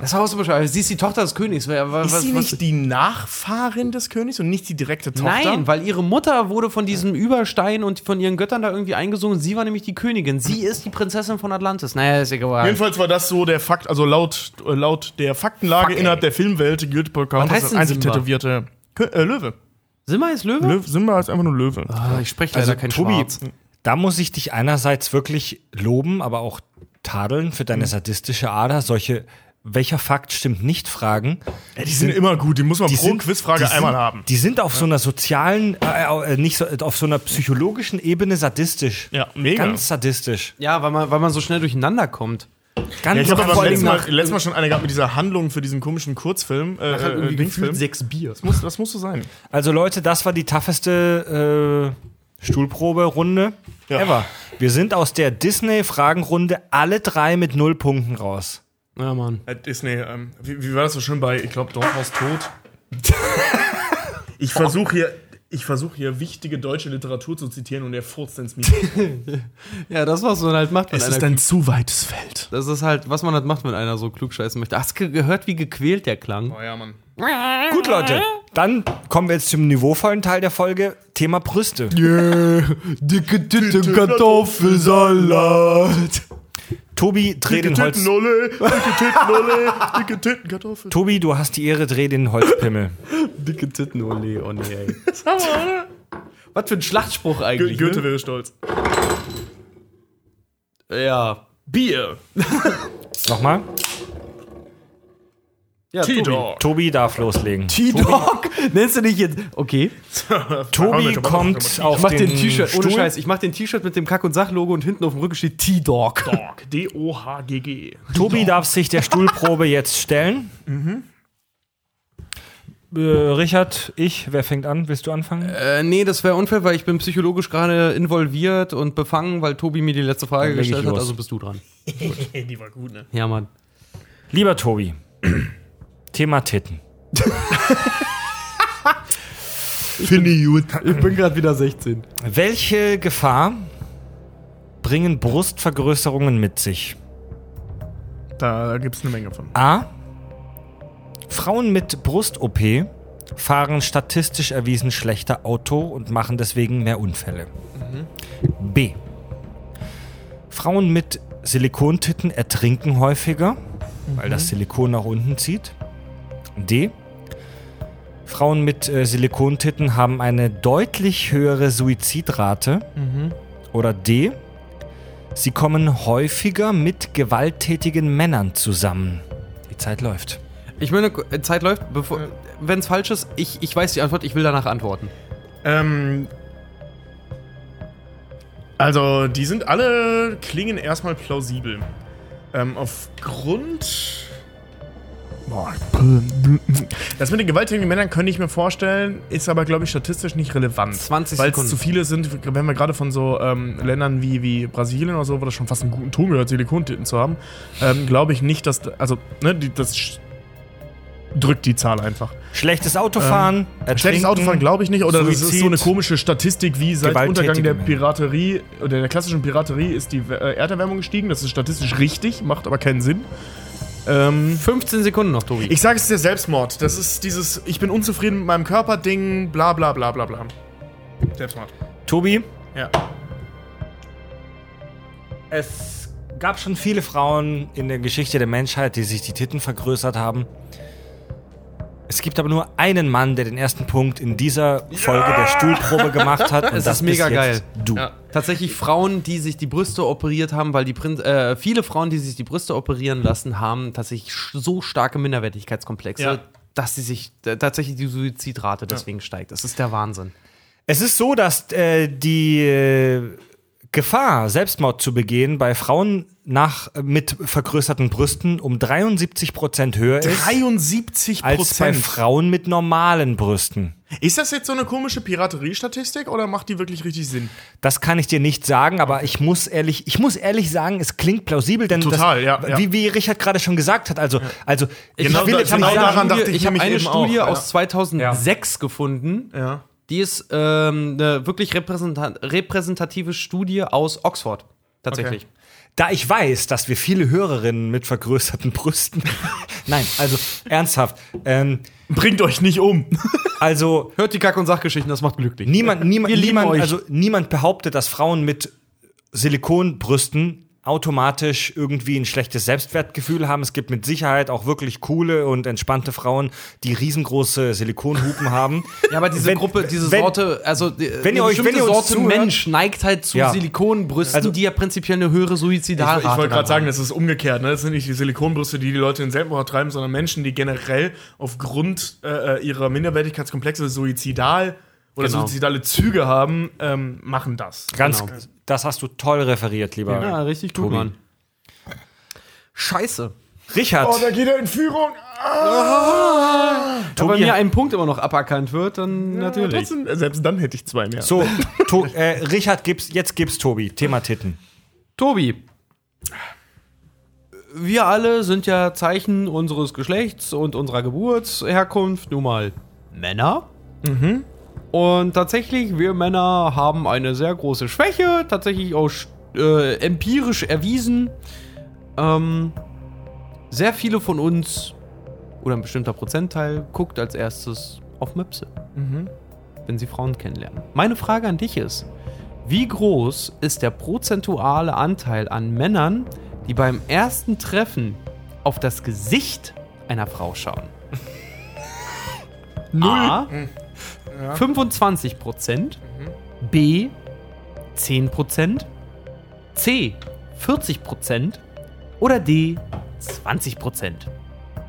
S2: Das Haus Bescheid. Sie ist die Tochter des Königs. Wer- wa-
S3: Ist
S2: was-
S3: sie
S2: was-
S3: nicht die Nachfahrin des Königs und nicht die direkte Tochter?
S2: Nein, weil ihre Mutter wurde von diesem Überstein und von ihren Göttern da irgendwie eingesungen. Sie war nämlich die Königin. Sie ist die Prinzessin von Atlantis. Naja, ist egal.
S3: Jedenfalls war das so der Fakt, also laut, äh, laut der Faktenlage
S2: Fuck, ey.
S3: innerhalb der Filmwelt gilt Pocahontas
S2: heißt
S3: als
S2: denn
S3: einzig
S2: Simba?
S3: tätowierte Kö äh, Löwe.
S2: Simba ist Löwe?
S3: Löw Simba ist einfach nur Löwe.
S2: Ah, ich spreche leider
S1: Also,
S2: kein
S1: Tobi,
S2: Schwarz.
S1: da muss ich dich einerseits wirklich loben, aber auch tadeln für
S2: Mhm.
S1: deine sadistische Ader. Solche, welcher Fakt stimmt nicht, Fragen.
S3: Ja, die sind immer gut, die muss man
S1: Die
S3: pro
S1: sind-
S3: Quizfrage
S1: die
S3: einmal
S1: sind,
S3: haben.
S1: Die sind auf so einer sozialen, äh, äh, nicht so, auf so einer psychologischen Ebene sadistisch.
S3: Ja, mega.
S1: Ganz sadistisch.
S2: Ja, weil man, weil man so schnell durcheinander kommt.
S1: Ganz
S3: Ja, ich
S1: aber
S3: habe
S1: vor
S3: aber
S1: allem
S3: letztes
S1: nach-
S3: Mal, letztes mal schon eine gehabt mit dieser Handlung für diesen komischen Kurzfilm. Äh,
S2: Hat
S3: äh,
S2: irgendwie gefühlt
S3: Dingsfilm.
S2: sechs Bier.
S3: Das muss, das musste sein.
S1: Also Leute, das war die tougheste äh, Stuhlproberunde
S3: Ja.
S1: ever. Wir sind aus der Disney-Fragenrunde alle drei mit null Punkten raus.
S2: Ja, Mann.
S3: Äh, Disney, ähm, wie, wie war das so schön bei, ich glaube, Dorfhaus tot? ich versuche hier, ich versuche hier wichtige deutsche Literatur zu zitieren und er furzt ins Mikro.
S2: Ja, das, was man halt macht, wenn einer.
S3: zu weites Feld.
S2: das ist halt, was man halt macht, wenn einer so klugscheißen möchte. Hast du gehört, wie gequält der klang?
S3: Oh ja, Mann.
S1: Gut, Leute, dann kommen wir jetzt zum niveauvollen Teil der Folge. Thema Brüste.
S2: Dicke
S3: Titten,
S2: Titten,
S3: Kartoffelsalat.
S1: Tobi, dreh
S3: Dicke
S1: den Holz.
S3: Titten, Ole, dicke Titten, Ole, dicke Titten, Kartoffeln.
S1: Tobi, du hast die Ehre, dreh den Holzpimmel.
S2: Dicke Titten, ole, oh nee, ey. Was für ein Schlachtspruch
S3: Go-
S2: eigentlich.
S3: Goethe
S2: Gürtel.
S3: wäre stolz.
S2: Ne? Ja.
S3: Bier.
S1: Nochmal.
S2: ja Tobi.
S3: T-Dog.
S1: Tobi darf loslegen.
S2: T-Dog? Nennst du dich jetzt. Okay.
S1: Tobi kommt auf
S2: Ich mach den
S1: den
S2: T-Shirt, ohne
S1: Stuhl.
S2: Scheiß, ich mach den T-Shirt mit dem Kack- und Sach-Logo und hinten auf dem Rücken steht T-Dog.
S3: D-O-H-G-G.
S1: Tobi darf sich der Stuhlprobe jetzt stellen. Mhm. Äh, Richard, ich, wer fängt an? Willst du anfangen?
S2: Äh, nee, das wäre unfair, weil ich bin psychologisch gerade involviert und befangen, weil Tobi mir die letzte Frage
S1: Dann leg ich
S2: gestellt hat,
S1: los.
S2: also bist du dran.
S3: Die war gut, ne?
S2: Ja, Mann.
S1: Lieber Tobi, Thema Titten.
S3: Finde ich gut.
S2: Ich bin gerade wieder 16.
S1: Welche Gefahr bringen Brustvergrößerungen mit sich?
S3: Da gibt's eine Menge von.
S1: A. Frauen mit Brust-OP fahren statistisch erwiesen schlechter Auto und machen deswegen mehr Unfälle. B. Frauen mit Silikontitten ertrinken häufiger, weil das Silikon nach unten zieht. D. Frauen mit äh, Silikontitten haben eine deutlich höhere Suizidrate. Oder D. Sie kommen häufiger mit gewalttätigen Männern zusammen. Die Zeit läuft.
S2: Ich meine, äh, Zeit läuft, bevor. Wenn es falsch ist, ich, ich weiß die Antwort, ich will danach antworten.
S3: Ähm. Also, die sind alle klingen erstmal plausibel. Ähm, aufgrund Boah. Das mit den gewalttätigen Männern könnte ich mir vorstellen, ist aber, glaube ich, statistisch nicht relevant.
S2: 20
S3: Weil es
S2: Sekunden.
S3: zu viele sind, wenn wir gerade von so ähm, Ländern wie, wie Brasilien oder so, wo das schon fast einen guten Ton gehört, Silikontitten zu haben, ähm, glaube ich nicht, dass. Also, ne, die, das sch- drückt die Zahl einfach.
S1: Schlechtes Autofahren. ertrinken.
S3: Ähm, äh, Schlechtes Autofahren glaube ich nicht, oder das ist
S1: Suizid.
S3: so eine komische Statistik wie seit
S1: Gewalttätige
S3: Untergang der
S1: Männer.
S3: Piraterie oder der klassischen Piraterie ist die äh, Erderwärmung gestiegen. Das ist statistisch richtig, macht aber keinen Sinn. Ähm,
S2: 15 Sekunden noch, Tobi.
S3: ich sage es ist der Selbstmord. Das ist dieses Ich bin unzufrieden mit meinem Körper-Ding, bla bla bla bla bla. Selbstmord.
S1: Tobi,
S3: Ja.
S1: es gab schon viele Frauen in der Geschichte der Menschheit, die sich die Titten vergrößert haben. Es gibt aber nur einen Mann, der den ersten Punkt in dieser Folge der Stuhlprobe gemacht hat. Und
S2: Es
S1: das
S2: ist mega
S1: bist
S2: geil.
S1: jetzt Du.
S2: Ja. Tatsächlich Frauen, die sich die Brüste operiert haben, weil die Prin äh, viele Frauen, die sich die Brüste operieren lassen, haben tatsächlich sch- so starke Minderwertigkeitskomplexe,
S3: Ja.
S2: dass sie sich äh, tatsächlich die Suizidrate deswegen steigt. Das ist der Wahnsinn.
S1: Es ist so, dass äh, die äh, Gefahr, Selbstmord zu begehen, bei Frauen nach, äh, mit vergrößerten Brüsten um 73 Prozent höher ist
S3: 73
S1: als bei Frauen mit normalen Brüsten.
S3: Ist das jetzt so eine komische Piraterie-Statistik oder macht die wirklich richtig Sinn?
S1: Das kann ich dir nicht sagen, aber ich muss ehrlich, ich muss ehrlich sagen, es klingt plausibel, denn
S3: Total,
S1: das,
S3: ja, ja.
S1: Wie, wie Richard gerade schon gesagt hat, also, also
S3: Genau da-
S1: jetzt
S3: genau
S1: nicht sagen,
S3: daran dachte ich
S2: ich habe
S3: nämlich
S2: eine
S3: eben auch,
S2: Studie
S3: ja.
S2: aus 2006 gefunden.
S3: Ja.
S2: Die ist ähm, eine wirklich repräsentat repräsentative Studie aus Oxford. Tatsächlich.
S1: da ich weiß, dass wir viele Hörerinnen mit vergrößerten Brüsten. Nein, also ernsthaft. Ähm,
S3: Bringt euch nicht um.
S1: also
S2: Hört die Kack- und Sachgeschichten, das macht glücklich.
S1: niemand, niemand,
S2: Wir lieben
S1: niemand,
S2: euch.
S1: also niemand behauptet, dass Frauen mit Silikonbrüsten automatisch irgendwie ein schlechtes Selbstwertgefühl haben. Es gibt mit Sicherheit auch wirklich coole und entspannte Frauen, die riesengroße Silikonhupen haben.
S2: Ja, aber diese
S1: Wenn-
S2: Gruppe, diese
S1: wenn-
S2: Sorte, also die-
S1: wenn ihr
S2: eine
S1: euch- wenn
S2: bestimmte
S1: ihr uns
S2: Sorte
S1: zuhört-
S2: Mensch neigt halt zu
S1: Ja.
S2: Silikonbrüsten,
S1: Also-
S2: die ja prinzipiell eine höhere
S3: Ich,
S2: Suizidrate
S3: Also, ich wollte
S2: haben.
S3: gerade sagen, das ist umgekehrt. Ne? Das sind nicht die Silikonbrüste, die die Leute in Selbstmord treiben, sondern Menschen, die generell aufgrund äh, äh, ihrer Minderwertigkeitskomplexe suizidal oder
S2: Genau.
S3: suizidale Züge haben, ähm, machen das.
S1: Ganz,
S2: Genau.
S1: das hast du toll referiert, lieber.
S2: Ja, richtig gut, Mann. Scheiße.
S1: Richard,
S3: Oh,
S2: Oh,
S3: geht er in Führung. Ah,
S2: Aber
S1: Tobi,
S2: wenn mir ein Punkt immer noch aberkannt wird, dann natürlich.
S3: Trotzdem, selbst dann hätte ich zwei mehr.
S1: so, to, äh, Richard, gib's, jetzt gibt's Tobi. Thema Titten.
S2: Tobi. Wir alle sind ja Zeichen unseres Geschlechts und unserer Geburtsherkunft, nun mal Männer. Und tatsächlich, wir Männer haben eine sehr große Schwäche, tatsächlich auch äh, empirisch erwiesen. Ähm, sehr viele von uns, oder ein bestimmter Prozentteil, guckt als erstes auf Möpse, wenn sie Frauen kennenlernen. Meine Frage an dich ist, wie groß ist der prozentuale Anteil an Männern, die beim ersten Treffen auf das Gesicht einer Frau schauen? A. 25 Prozent. B. 10 Prozent. C. 40 Prozent. Oder D. 20 Prozent.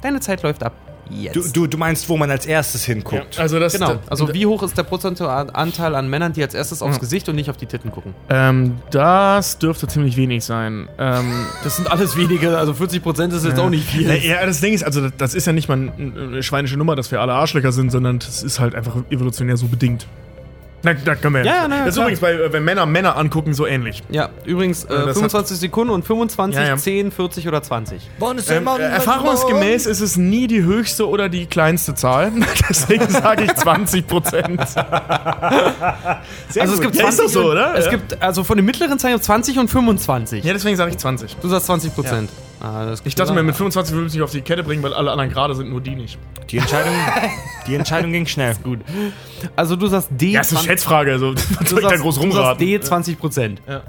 S2: Deine Zeit läuft ab. Jetzt.
S1: Du, du, du meinst, wo man als erstes
S3: Ja,
S1: hinguckt.
S3: also das
S2: genau.
S3: da-
S2: Also wie hoch ist der prozentuale Anteil an Männern, die als erstes aufs Gesicht und nicht auf die Titten gucken?
S3: Ähm, das dürfte ziemlich wenig sein. Ähm,
S2: Das sind alles wenige, also 40 Prozent ist jetzt auch nicht
S3: na,
S2: viel.
S3: ja, das Ding ist, also das- das ist ja nicht mal ein- eine schweinische Nummer, dass wir alle Arschlöcher sind, sondern das ist halt einfach evolutionär so bedingt. Na, da können wir.
S2: Ja, ja, na, ja,
S3: das ist
S2: klar.
S3: übrigens bei, äh, wenn Männer Männer angucken, so ähnlich.
S2: Ja, übrigens
S3: das
S2: äh,
S3: hat-
S2: 25 Sekunden und 25,
S3: Ja, ja.
S2: 10, 40 oder 20.
S3: Ähm, äh, erfahrungsgemäß ist es nie die höchste oder die kleinste Zahl. Deswegen sage ich 20 Prozent.
S2: also es gibt 20
S3: ja, ist doch so,
S2: und,
S3: oder?
S2: Es
S3: ja.
S2: gibt also von den mittleren Zeilen 20 und 25.
S3: ja, deswegen sage ich 20.
S2: Du sagst 20 Prozent. Ah, das
S3: Ich dachte mir, mit 25 würde ich mich auf die Kette bringen, weil alle anderen gerade sind, nur die nicht.
S1: Die, Entscheidung, die Entscheidung ging schnell.
S3: Gut.
S2: also du sagst D.
S3: Ja, ist eine
S2: 20
S3: Schätzfrage. Also, was
S2: du
S3: soll ich da
S2: sagst-
S3: groß
S2: du sagst
S3: rumraten?
S2: D 20 Prozent.
S3: Ja.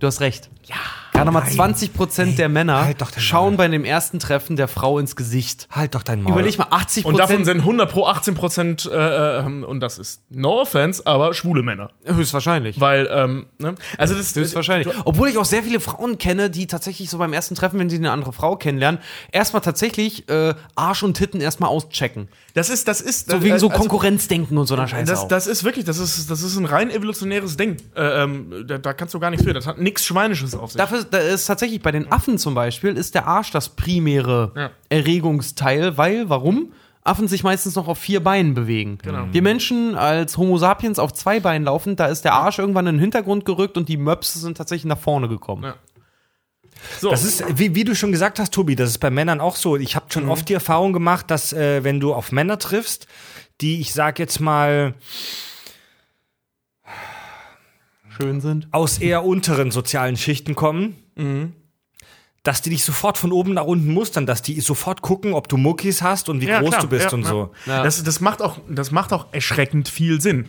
S2: Du hast recht. Ja. Gerade mal 20 Prozent der Männer
S1: halt doch den
S2: schauen bei dem ersten Treffen der Frau ins Gesicht.
S1: Halt doch dein Maul.
S2: Überleg mal, 80
S3: Und davon
S2: Prozent
S3: sind 100 pro 18 Prozent, äh, ähm, und das ist no offense, aber schwule Männer.
S2: höchstwahrscheinlich.
S3: Weil, ähm, ne? Also, das
S2: Höchstwahrscheinlich. Obwohl ich auch sehr viele Frauen kenne, die tatsächlich so beim ersten Treffen, wenn sie eine andere Frau kennenlernen, erstmal tatsächlich äh, Arsch und Titten erstmal auschecken.
S3: Das ist, das ist.
S2: So wegen so
S3: also-
S2: Konkurrenzdenken und so einer Scheiße.
S3: Das,
S2: auch.
S3: das ist wirklich, das ist, das ist ein rein evolutionäres Ding. Äh, ähm, da, da kannst du gar nichts für. Das hat nichts Schweinisches auf sich.
S2: Dafür, da ist tatsächlich bei den Affen zum Beispiel, ist der Arsch das primäre Erregungsteil, weil, warum? Affen sich meistens noch auf vier Beinen bewegen. Genau. Wir Menschen als Homo sapiens auf zwei Beinen laufen, da ist der Arsch irgendwann in den Hintergrund gerückt und die Möpse sind tatsächlich nach vorne gekommen.
S3: Ja.
S4: So.
S1: Das ist, wie, wie du schon gesagt hast, Tobi, das ist bei Männern auch so. Ich habe schon
S3: Mhm.
S1: oft die Erfahrung gemacht, dass äh, wenn du auf Männer triffst, die, ich sag jetzt mal,
S2: Schön sind.
S1: aus eher unteren sozialen Schichten kommen,
S3: Mhm.
S1: dass die dich sofort von oben nach unten mustern, dass die sofort gucken, ob du Muckis hast und wie
S3: Ja,
S1: groß
S3: klar.
S1: du bist
S3: Ja,
S1: und
S3: ja.
S1: so.
S2: Ja.
S3: Das, das, macht auch, das macht auch erschreckend viel Sinn.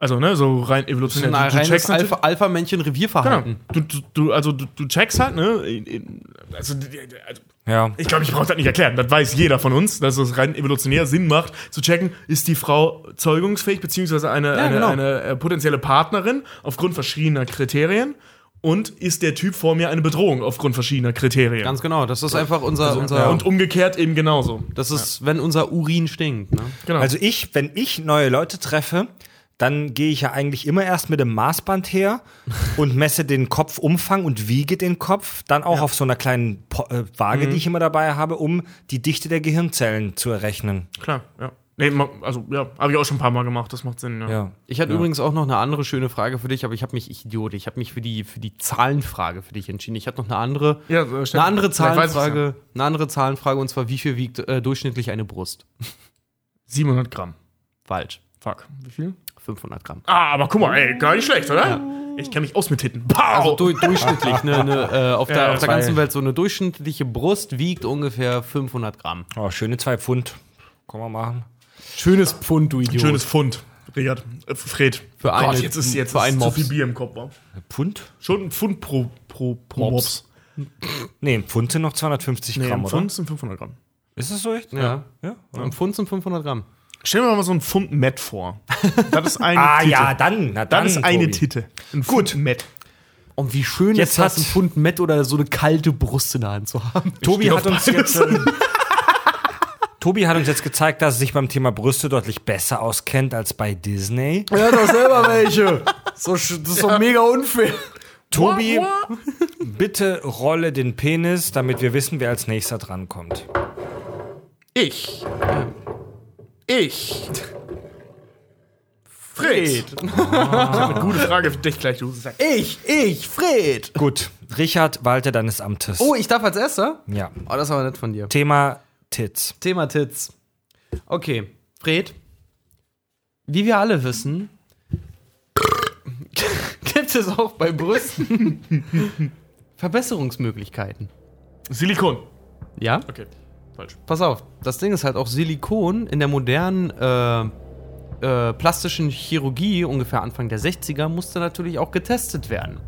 S3: Also, ne, so rein evolutionär.
S2: Ein reines
S3: natürlich-
S2: Alpha- Alpha-Männchen-Revierverhalten.
S3: Genau. Du, du, du, also, du, du checkst halt, ne? in- in- Also, die- die- also
S1: Ja.
S3: ich glaube, ich brauche das nicht erklären. Das weiß jeder von uns, dass es rein evolutionär Sinn macht, zu checken, ist die Frau zeugungsfähig, beziehungsweise eine, eine,
S2: genau.
S3: eine äh, potenzielle Partnerin aufgrund verschiedener Kriterien. Und ist der Typ vor mir eine Bedrohung aufgrund verschiedener Kriterien?
S2: Ganz genau. Das ist einfach unser. unser
S3: Also, ja. Und umgekehrt eben genauso.
S2: das ist, wenn unser Urin stinkt. Ne?
S3: Genau.
S1: Also ich, wenn ich neue Leute treffe, dann gehe ich ja eigentlich immer erst mit dem Maßband her und messe den Kopfumfang und wiege den Kopf dann auch auf so einer kleinen Po- äh, Waage,
S3: Mhm.
S1: die ich immer dabei habe, um die Dichte der Gehirnzellen zu errechnen.
S3: Klar, ja. Nee, ma- also ja, habe ich auch schon ein paar Mal gemacht, das macht Sinn, ja.
S1: Ja.
S2: Ich hatte übrigens auch noch eine andere schöne Frage für dich, aber ich habe mich, ich Idiot, ich habe mich für die, für die Zahlenfrage für dich entschieden. Ich hatte noch eine andere,
S3: Ja, äh, stell-
S2: eine andere
S3: Vielleicht weiß ich's ja.
S2: Zahlenfrage, eine andere Zahlenfrage und zwar, wie viel wiegt äh, durchschnittlich eine Brust?
S3: 700 Gramm.
S2: Falsch.
S3: Fuck. Wie viel?
S2: 500 Gramm.
S3: Ah, aber guck mal, ey, gar nicht schlecht, oder? Ich kenne mich aus mit Titten. Pow!
S2: Also du, durchschnittlich, ne, ne, äh, auf, der,
S3: Oh. Ja,
S2: auf der
S3: weil-
S2: ganzen Welt so eine durchschnittliche Brust wiegt ungefähr 500 Gramm.
S1: Oh, schöne zwei Pfund. Können wir machen.
S2: Schönes Pfund, du Idiot.
S3: Schönes Fund, Richard. Äh, Fred.
S2: Für
S3: Gott,
S2: eine-
S3: jetzt ist jetzt
S2: für einen
S3: ist zu
S2: Mops.
S3: viel Bier im Kopf. wa?
S1: Pfund?
S3: Schon ein Pfund pro, pro, pro
S2: Mops.
S3: Mops.
S1: Nee, ein Pfund sind noch 250
S3: Nee,
S1: Gramm,
S3: ein
S1: oder?
S3: Pfund sind 500 Gramm.
S1: Ist das so echt?
S2: Ja.
S1: ja.
S2: Ein Pfund sind 500 Gramm.
S3: Stell mir mal so ein Pfund Met vor. Das ist eine
S1: Ah
S3: Titte.
S1: ja, dann, na dann.
S3: Das ist eine
S1: Tobi.
S3: Titte. Ein Pfund Gut. Met.
S2: Und wie schön
S1: Jetzt
S2: ist das,
S1: hat-
S2: ein Pfund Met oder so eine kalte Brust in der Hand zu haben.
S1: Tobi
S3: stehe
S1: hat
S3: auf
S1: uns
S3: beides.
S1: jetzt. Äh, Tobi hat uns jetzt gezeigt, dass er sich beim Thema Brüste deutlich besser auskennt als bei Disney.
S2: Er hat doch selber welche. So, sch- das ist doch mega unfair.
S1: Tobi, bitte rolle den Penis, damit wir wissen, wer als nächster drankommt.
S3: Ich. Ich. Fred. eine gute Frage für dich gleich, du Sack.
S2: Ich, ich, Fred.
S1: Gut, Richard, walte deines Amtes.
S2: Oh, ich darf als Erster?
S1: Ja.
S2: Oh, das ist aber nett von dir.
S1: Thema Tits.
S2: Thema Tits. Okay, Fred. Wie wir alle wissen, gibt es auch bei Brüsten Verbesserungsmöglichkeiten.
S3: Silikon.
S2: Ja?
S3: Okay, falsch.
S2: pass auf, das Ding ist halt auch Silikon in der modernen äh, äh, plastischen Chirurgie, ungefähr Anfang der 60er, musste natürlich auch getestet werden.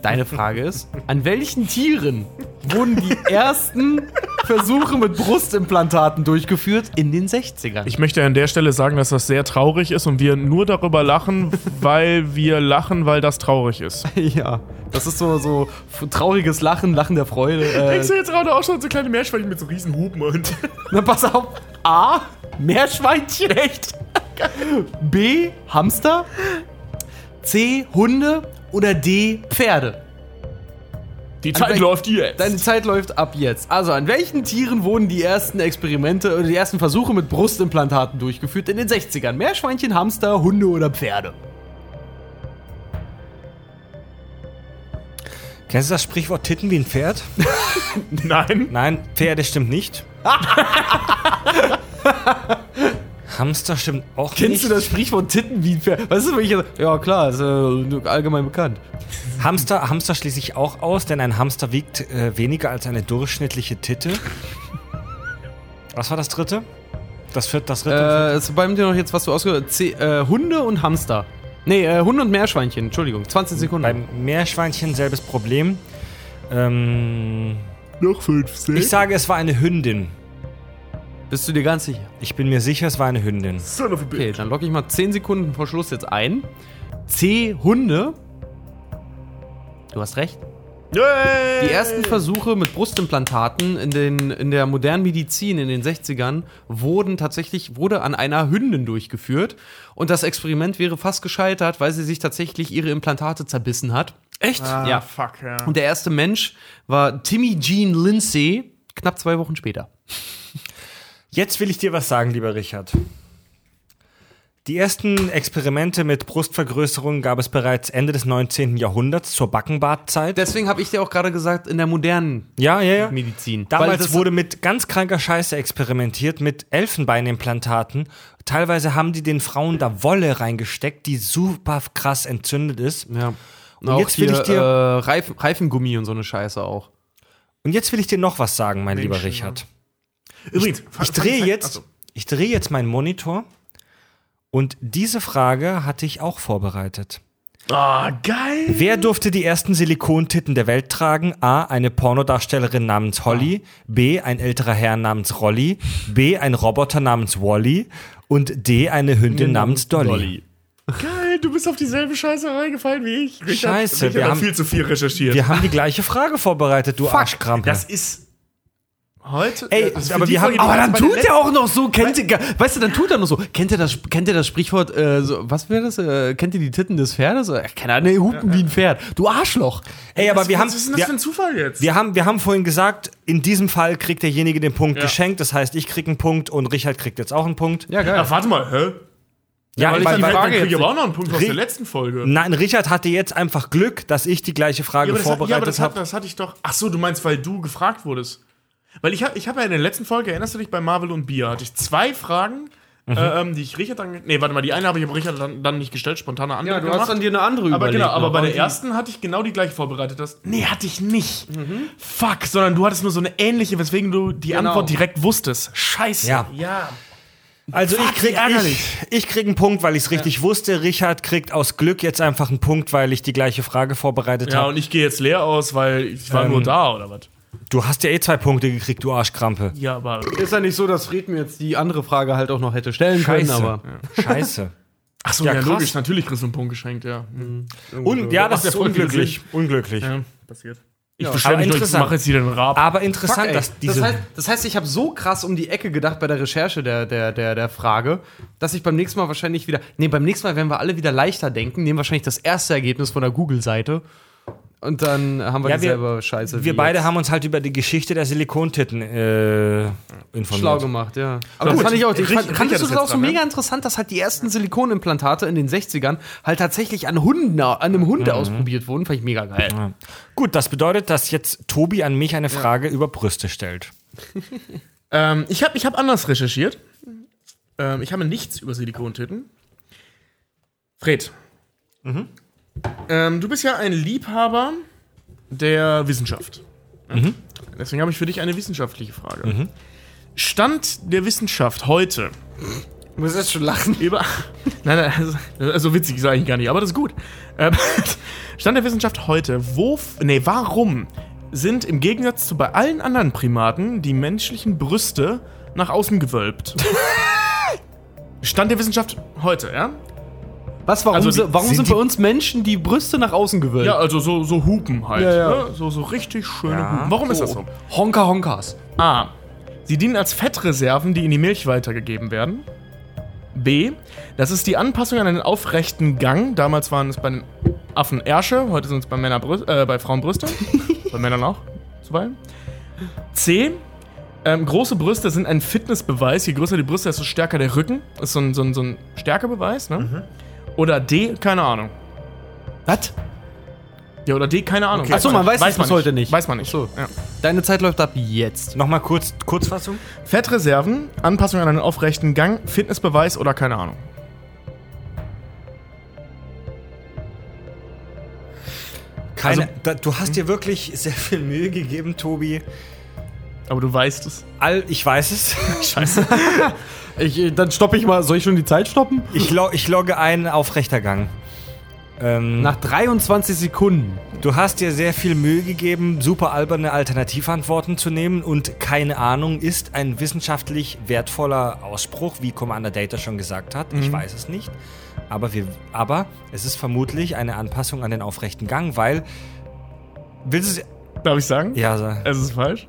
S2: Deine Frage ist, an welchen Tieren wurden die ersten Versuche mit Brustimplantaten durchgeführt in den 60ern?
S3: Ich möchte an der Stelle sagen, dass das sehr traurig ist und wir nur darüber lachen, weil wir lachen, weil das traurig ist.
S2: ja, das ist so, so f- trauriges Lachen, Lachen der Freude. Äh,
S3: jetzt gerade auch schon so kleine Meerschweinchen mit so riesen Hupen und.
S2: na, pass auf, A, Meerschweinchen. Echt? B. Hamster. C. Hunde. Oder D. Pferde.
S3: Die Zeit
S2: An-
S3: läuft jetzt.
S2: Deine
S3: Dann
S2: Zeit läuft ab jetzt. Also, an welchen Tieren wurden die ersten Experimente oder die ersten Versuche mit Brustimplantaten durchgeführt in den 60ern? Meerschweinchen, Hamster, Hunde oder Pferde?
S1: Kennst du das Sprichwort Titten wie ein Pferd?
S3: Nein.
S1: Nein, Pferde stimmt nicht. Hamster stimmt auch
S2: Kennst
S1: nicht.
S2: du das Sprichwort Titten wie ein Pferd? Was ist das, wenn ich. Ja, klar, ist äh, allgemein bekannt.
S1: Hamster, Hamster schließe ich auch aus, denn ein Hamster wiegt äh, weniger als eine durchschnittliche Titte. Was war das dritte? Das vierte, das dritte?
S2: Äh, es bleiben dir noch jetzt, was du ausgehört hast. C- Äh, Hunde und Hamster. Nee, äh, Hunde und Meerschweinchen. Entschuldigung, 20
S1: Äh.
S2: Sekunden.
S1: Beim Meerschweinchen selbes Problem. Ähm,
S3: Noch fünf,
S1: ich
S3: sechs.
S1: sage, es war eine Hündin.
S2: Bist du dir ganz sicher?
S1: Ich bin mir sicher, es war eine Hündin.
S3: Son of a bitch.
S2: Okay, dann logge ich mal 10 Sekunden vor Schluss jetzt ein. C. Hunde. Du hast recht. Die ersten Versuche mit Brustimplantaten in, den, in der modernen Medizin in den 60ern wurden tatsächlich wurde an einer Hündin durchgeführt. Und das Experiment wäre fast gescheitert, weil sie sich tatsächlich ihre Implantate zerbissen hat.
S3: Echt? Ah,
S2: Ja.
S3: fuck, ja.
S2: Und der erste Mensch war Timmy Jean Lindsay, knapp zwei Wochen später.
S1: Jetzt will ich dir was sagen, lieber Richard. Die ersten Experimente mit Brustvergrößerung gab es bereits Ende des 19. Jahrhunderts zur Backenbartzeit.
S2: Deswegen habe ich dir auch gerade gesagt, in der modernen
S1: ja, ja, ja.
S2: Medizin. Weil
S1: Damals
S2: das-
S1: wurde mit ganz kranker Scheiße experimentiert, mit Elfenbeinimplantaten. Teilweise haben die den Frauen da Wolle reingesteckt, die super krass entzündet ist.
S2: Ja. Und
S1: Und
S2: auch
S1: jetzt will
S2: hier,
S1: ich dir-
S2: äh, Reifen, Reifengummi und so eine Scheiße auch.
S1: Und jetzt will ich dir noch was sagen, mein lieber
S3: Mensch, Also,
S1: Richard.
S3: Übrigens,
S1: Ich drehe jetzt, ich drehe jetzt meinen Monitor und diese Frage hatte ich auch vorbereitet.
S3: Ah, geil.
S1: Wer durfte die ersten Silikontitten der Welt tragen? A. Eine Pornodarstellerin namens Holly. B. Ein älterer Herr namens Rolly. B. Ein Roboter namens Wally. Und D. Eine Hündin namens Dolly.
S3: Geil, du bist auf dieselbe Scheiße reingefallen wie ich. Richard,
S1: Scheiße,
S3: Richard
S1: wir
S3: hat
S1: haben-
S3: viel zu viel recherchiert.
S1: Wir haben die gleiche Frage vorbereitet, du Arschkrampe.
S3: Das ist heute.
S1: Ey,
S3: das ist
S1: aber
S3: für die
S1: wir
S3: Folge,
S1: haben-
S3: die
S2: Aber
S3: wir
S2: dann
S3: bei der
S2: tut er auch noch so, kennt ihr, weißt du, dann tut er noch so. Kennt ihr das, kennt ihr das Sprichwort, äh, so, was wäre das? Äh, kennt ihr die Titten des Pferdes? Äh, keine Ahnung, nee, hupen wie ein Pferd. Du Arschloch.
S1: Ey, aber wir haben,
S3: Was ist denn das für
S1: wir,
S3: ein Zufall jetzt?
S1: wir, haben, wir haben vorhin gesagt, in diesem Fall kriegt derjenige den Punkt geschenkt. Das heißt, ich krieg einen Punkt und Richard kriegt jetzt auch einen Punkt.
S2: Ja, geil.
S3: Ach, warte mal, hä?
S1: Ja,
S3: Weil ich
S1: weil,
S3: die
S1: weil,
S2: Frage
S3: Frage kriege
S2: jetzt-
S3: aber auch noch einen Punkt aus
S1: Re-
S3: der letzten Folge.
S1: nein, Richard hatte jetzt einfach Glück, dass ich die gleiche Frage
S3: Ja, aber, das, hat- ja, aber
S1: vorbereitet
S3: das, hat,
S1: habe.
S3: das hatte ich doch. Ach so, du meinst, weil du gefragt wurdest. Weil ich habe ich hab ja in der letzten Folge, erinnerst du dich, bei Marvel und Bier, hatte ich zwei Fragen, äh, ähm, die ich Richard dann. Nee, warte mal, die eine habe ich aber Richard dann, dann nicht gestellt, spontane andere. gemacht.
S2: eine ne? andere
S3: aber genau, aber bei der
S2: ersten.
S3: ersten hatte ich genau die gleiche vorbereitet. Das, nee, hatte ich nicht. Fuck, sondern du hattest nur so eine ähnliche, weswegen du die
S2: Genau.
S3: Antwort direkt wusstest. Scheiße.
S1: Ja.
S3: ja.
S1: Also ich
S3: Fuck,
S1: krieg,
S3: wie ärgerlich.
S1: ich, ich krieg einen Punkt, weil ich es richtig wusste. Richard kriegt aus Glück jetzt einfach einen Punkt, weil ich die gleiche Frage vorbereitet
S3: Ja,
S1: habe.
S3: und ich gehe jetzt leer aus, weil ich war nur da oder was?
S1: Du hast ja eh zwei Punkte gekriegt, du Arschkrampe.
S3: Ja, aber.
S2: Ist ja nicht so, dass Fred mir jetzt die andere Frage halt auch noch hätte stellen
S1: Scheiße.
S2: können, aber.
S1: Scheiße.
S3: Ach so,
S1: Ja,
S3: ja,
S1: krass.
S3: logisch, natürlich kriegst du einen Punkt geschenkt, ja. Mhm.
S1: Un ja, das
S3: Ach, der
S1: ist
S3: Punkt
S1: unglücklich. Unglücklich.
S3: Ja, passiert. Ich
S2: Ja.
S3: beschwere
S1: Aber
S3: mich nur, ich
S1: interessant.
S3: mache jetzt hier den Rab.
S1: Aber
S2: Fuck,
S1: interessant,
S2: ey.
S1: dass diese.
S2: das, heißt, das heißt, ich habe so krass um die Ecke gedacht bei der Recherche der, der, der, der Frage, dass ich beim nächsten Mal wahrscheinlich wieder. Nee, beim nächsten Mal werden wir alle wieder leichter denken, nehmen wahrscheinlich das erste Ergebnis von der Google-Seite. Und dann haben wir
S1: Ja, wir-
S2: dieselbe Scheiße.
S1: wir
S2: wie
S1: beide
S2: jetzt.
S1: haben uns halt über die Geschichte der Silikontitten äh, informiert.
S2: Schlau gemacht, ja. Aber das
S3: gut.
S2: fand ich auch. Ich
S3: Richtig-
S2: fand,
S3: richtig
S2: kannst
S3: hat
S2: du
S3: das
S2: das auch
S3: jetzt
S2: so
S3: dran,
S2: mega interessant, dass halt die ersten Silikonimplantate in den 60ern halt tatsächlich an Hunden, an einem Hund ausprobiert wurden. Fand ich mega geil.
S1: Ja. Gut, das bedeutet, dass jetzt Tobi an mich eine Frage über Brüste stellt.
S3: Ähm, ich habe ich hab anders recherchiert. Ähm, ich habe nichts über Silikontitten. Fred. Mhm. Ähm, du bist ja ein Liebhaber der Wissenschaft. Mhm. Deswegen habe ich für dich eine wissenschaftliche Frage. Stand der Wissenschaft heute
S2: Du musst jetzt schon lachen.
S3: über. Nein, nein, also, also witzig ist eigentlich gar nicht, aber das ist gut. Ähm, Stand der Wissenschaft heute, wo. f- Nee, warum sind im Gegensatz zu bei allen anderen Primaten die menschlichen Brüste nach außen gewölbt? Stand der Wissenschaft heute, ja?
S2: Was, warum,
S3: Also die-
S2: si- warum
S3: sind
S2: sind,
S3: die-
S2: bei uns Menschen die Brüste nach außen gewölbt?
S3: Ja, also so, so Hupen halt.
S2: Äh. Ja, ja.
S3: Ne? So, so richtig schöne Hupen. Warum ist das so?
S2: Honka Honkas.
S3: A. Sie dienen als Fettreserven, die in die Milch weitergegeben werden. B. Das ist die Anpassung an einen aufrechten Gang. Damals waren es bei den Affen Ärsche, heute sind es bei, Männer Brüst, äh, bei Frauen Brüste. bei Männern auch, zuweilen. C. Ähm, große Brüste sind ein Fitnessbeweis. Je größer die Brüste, desto stärker der Rücken. Ist so ein, so ein, so ein Stärkebeweis, ne?
S2: Mhm.
S3: Oder D, keine Ahnung.
S2: Was?
S3: Ja, oder D, keine Ahnung.
S2: Ach so, man weiß es bis heute nicht.
S3: Weiß man nicht.
S2: Ach so.
S3: ja.
S2: Deine Zeit läuft ab jetzt.
S1: Nochmal kurz, Kurzfassung.
S3: Fettreserven, Anpassung an einen aufrechten Gang, Fitnessbeweis oder keine Ahnung.
S1: Keine,
S3: Also-
S1: da, du hast dir wirklich sehr viel Mühe gegeben, Tobi.
S3: Aber du weißt es.
S1: All, ich weiß es.
S3: Scheiße.
S2: dann stoppe ich mal. Soll ich schon die Zeit stoppen?
S1: Ich, lo, ich logge ein auf rechter Gang. Ähm,
S2: Nach 23 Sekunden.
S1: du hast dir sehr viel Mühe gegeben, super alberne Alternativantworten zu nehmen und keine Ahnung ist ein wissenschaftlich wertvoller Ausspruch, wie Commander Data schon gesagt hat. Ich weiß es nicht. Aber, wir, aber es ist vermutlich eine Anpassung an den aufrechten Gang, weil Willst du es.
S3: Darf ich sagen?
S1: Ja, sag.
S3: Es ist falsch.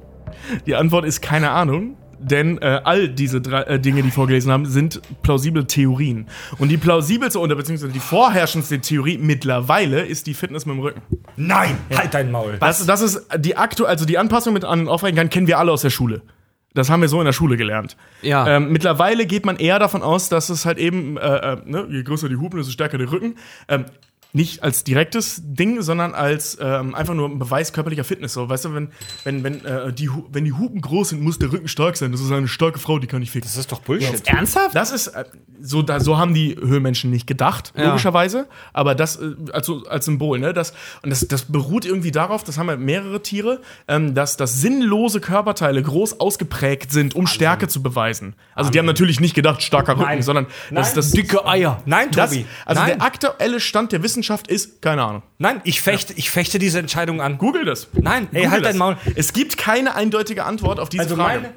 S3: Die Antwort ist keine Ahnung. Denn äh, all diese drei äh, Dinge, die vorgelesen haben, sind plausible Theorien. Und die plausibelste oder beziehungsweise die vorherrschendste Theorie mittlerweile ist die Fitness mit dem Rücken.
S1: Nein! Halt dein Maul!
S3: Das, das ist die aktu also die Anpassung mit an Aufregenkern kennen wir alle aus der Schule. Das haben wir so in der Schule gelernt.
S2: Ja.
S3: Ähm, mittlerweile geht man eher davon aus, dass es halt eben, äh, äh, ne, je größer die Hupen, desto stärker der Rücken. Ähm, nicht als direktes Ding, sondern als ähm, einfach nur ein Beweis körperlicher Fitness. So, weißt du, wenn, wenn, wenn, äh, die, Hu- wenn die Hupen groß sind, muss der Rücken stark sein. Das ist eine starke Frau, die kann ich ficken.
S1: Das ist doch Bullshit.
S2: Ernsthaft?
S3: Das ist, äh, so, da, so haben die Höhlenmenschen nicht gedacht,
S2: Ja.
S3: logischerweise. Aber das äh, also als Symbol, ne? Das, und das, das beruht irgendwie darauf, das haben ja mehrere Tiere, ähm, dass, dass sinnlose Körperteile groß ausgeprägt sind, um Stärke zu beweisen. Also die haben natürlich nicht gedacht, starker Rücken,
S1: Nein.
S3: sondern das,
S1: Nein.
S3: das
S2: Dicke Eier.
S1: Nein,
S3: Das,
S1: Tobi.
S3: also
S1: nein,
S3: der aktuelle Stand der Wissenschaft ist, keine Ahnung.
S1: nein ich, fechte, ich fechte diese Entscheidung an.
S3: Google das.
S1: Nein, ey,
S3: Google
S1: halt dein
S3: das.
S1: Maul.
S3: Es gibt keine eindeutige Antwort auf diese
S1: Also,
S3: Frage.
S1: meine,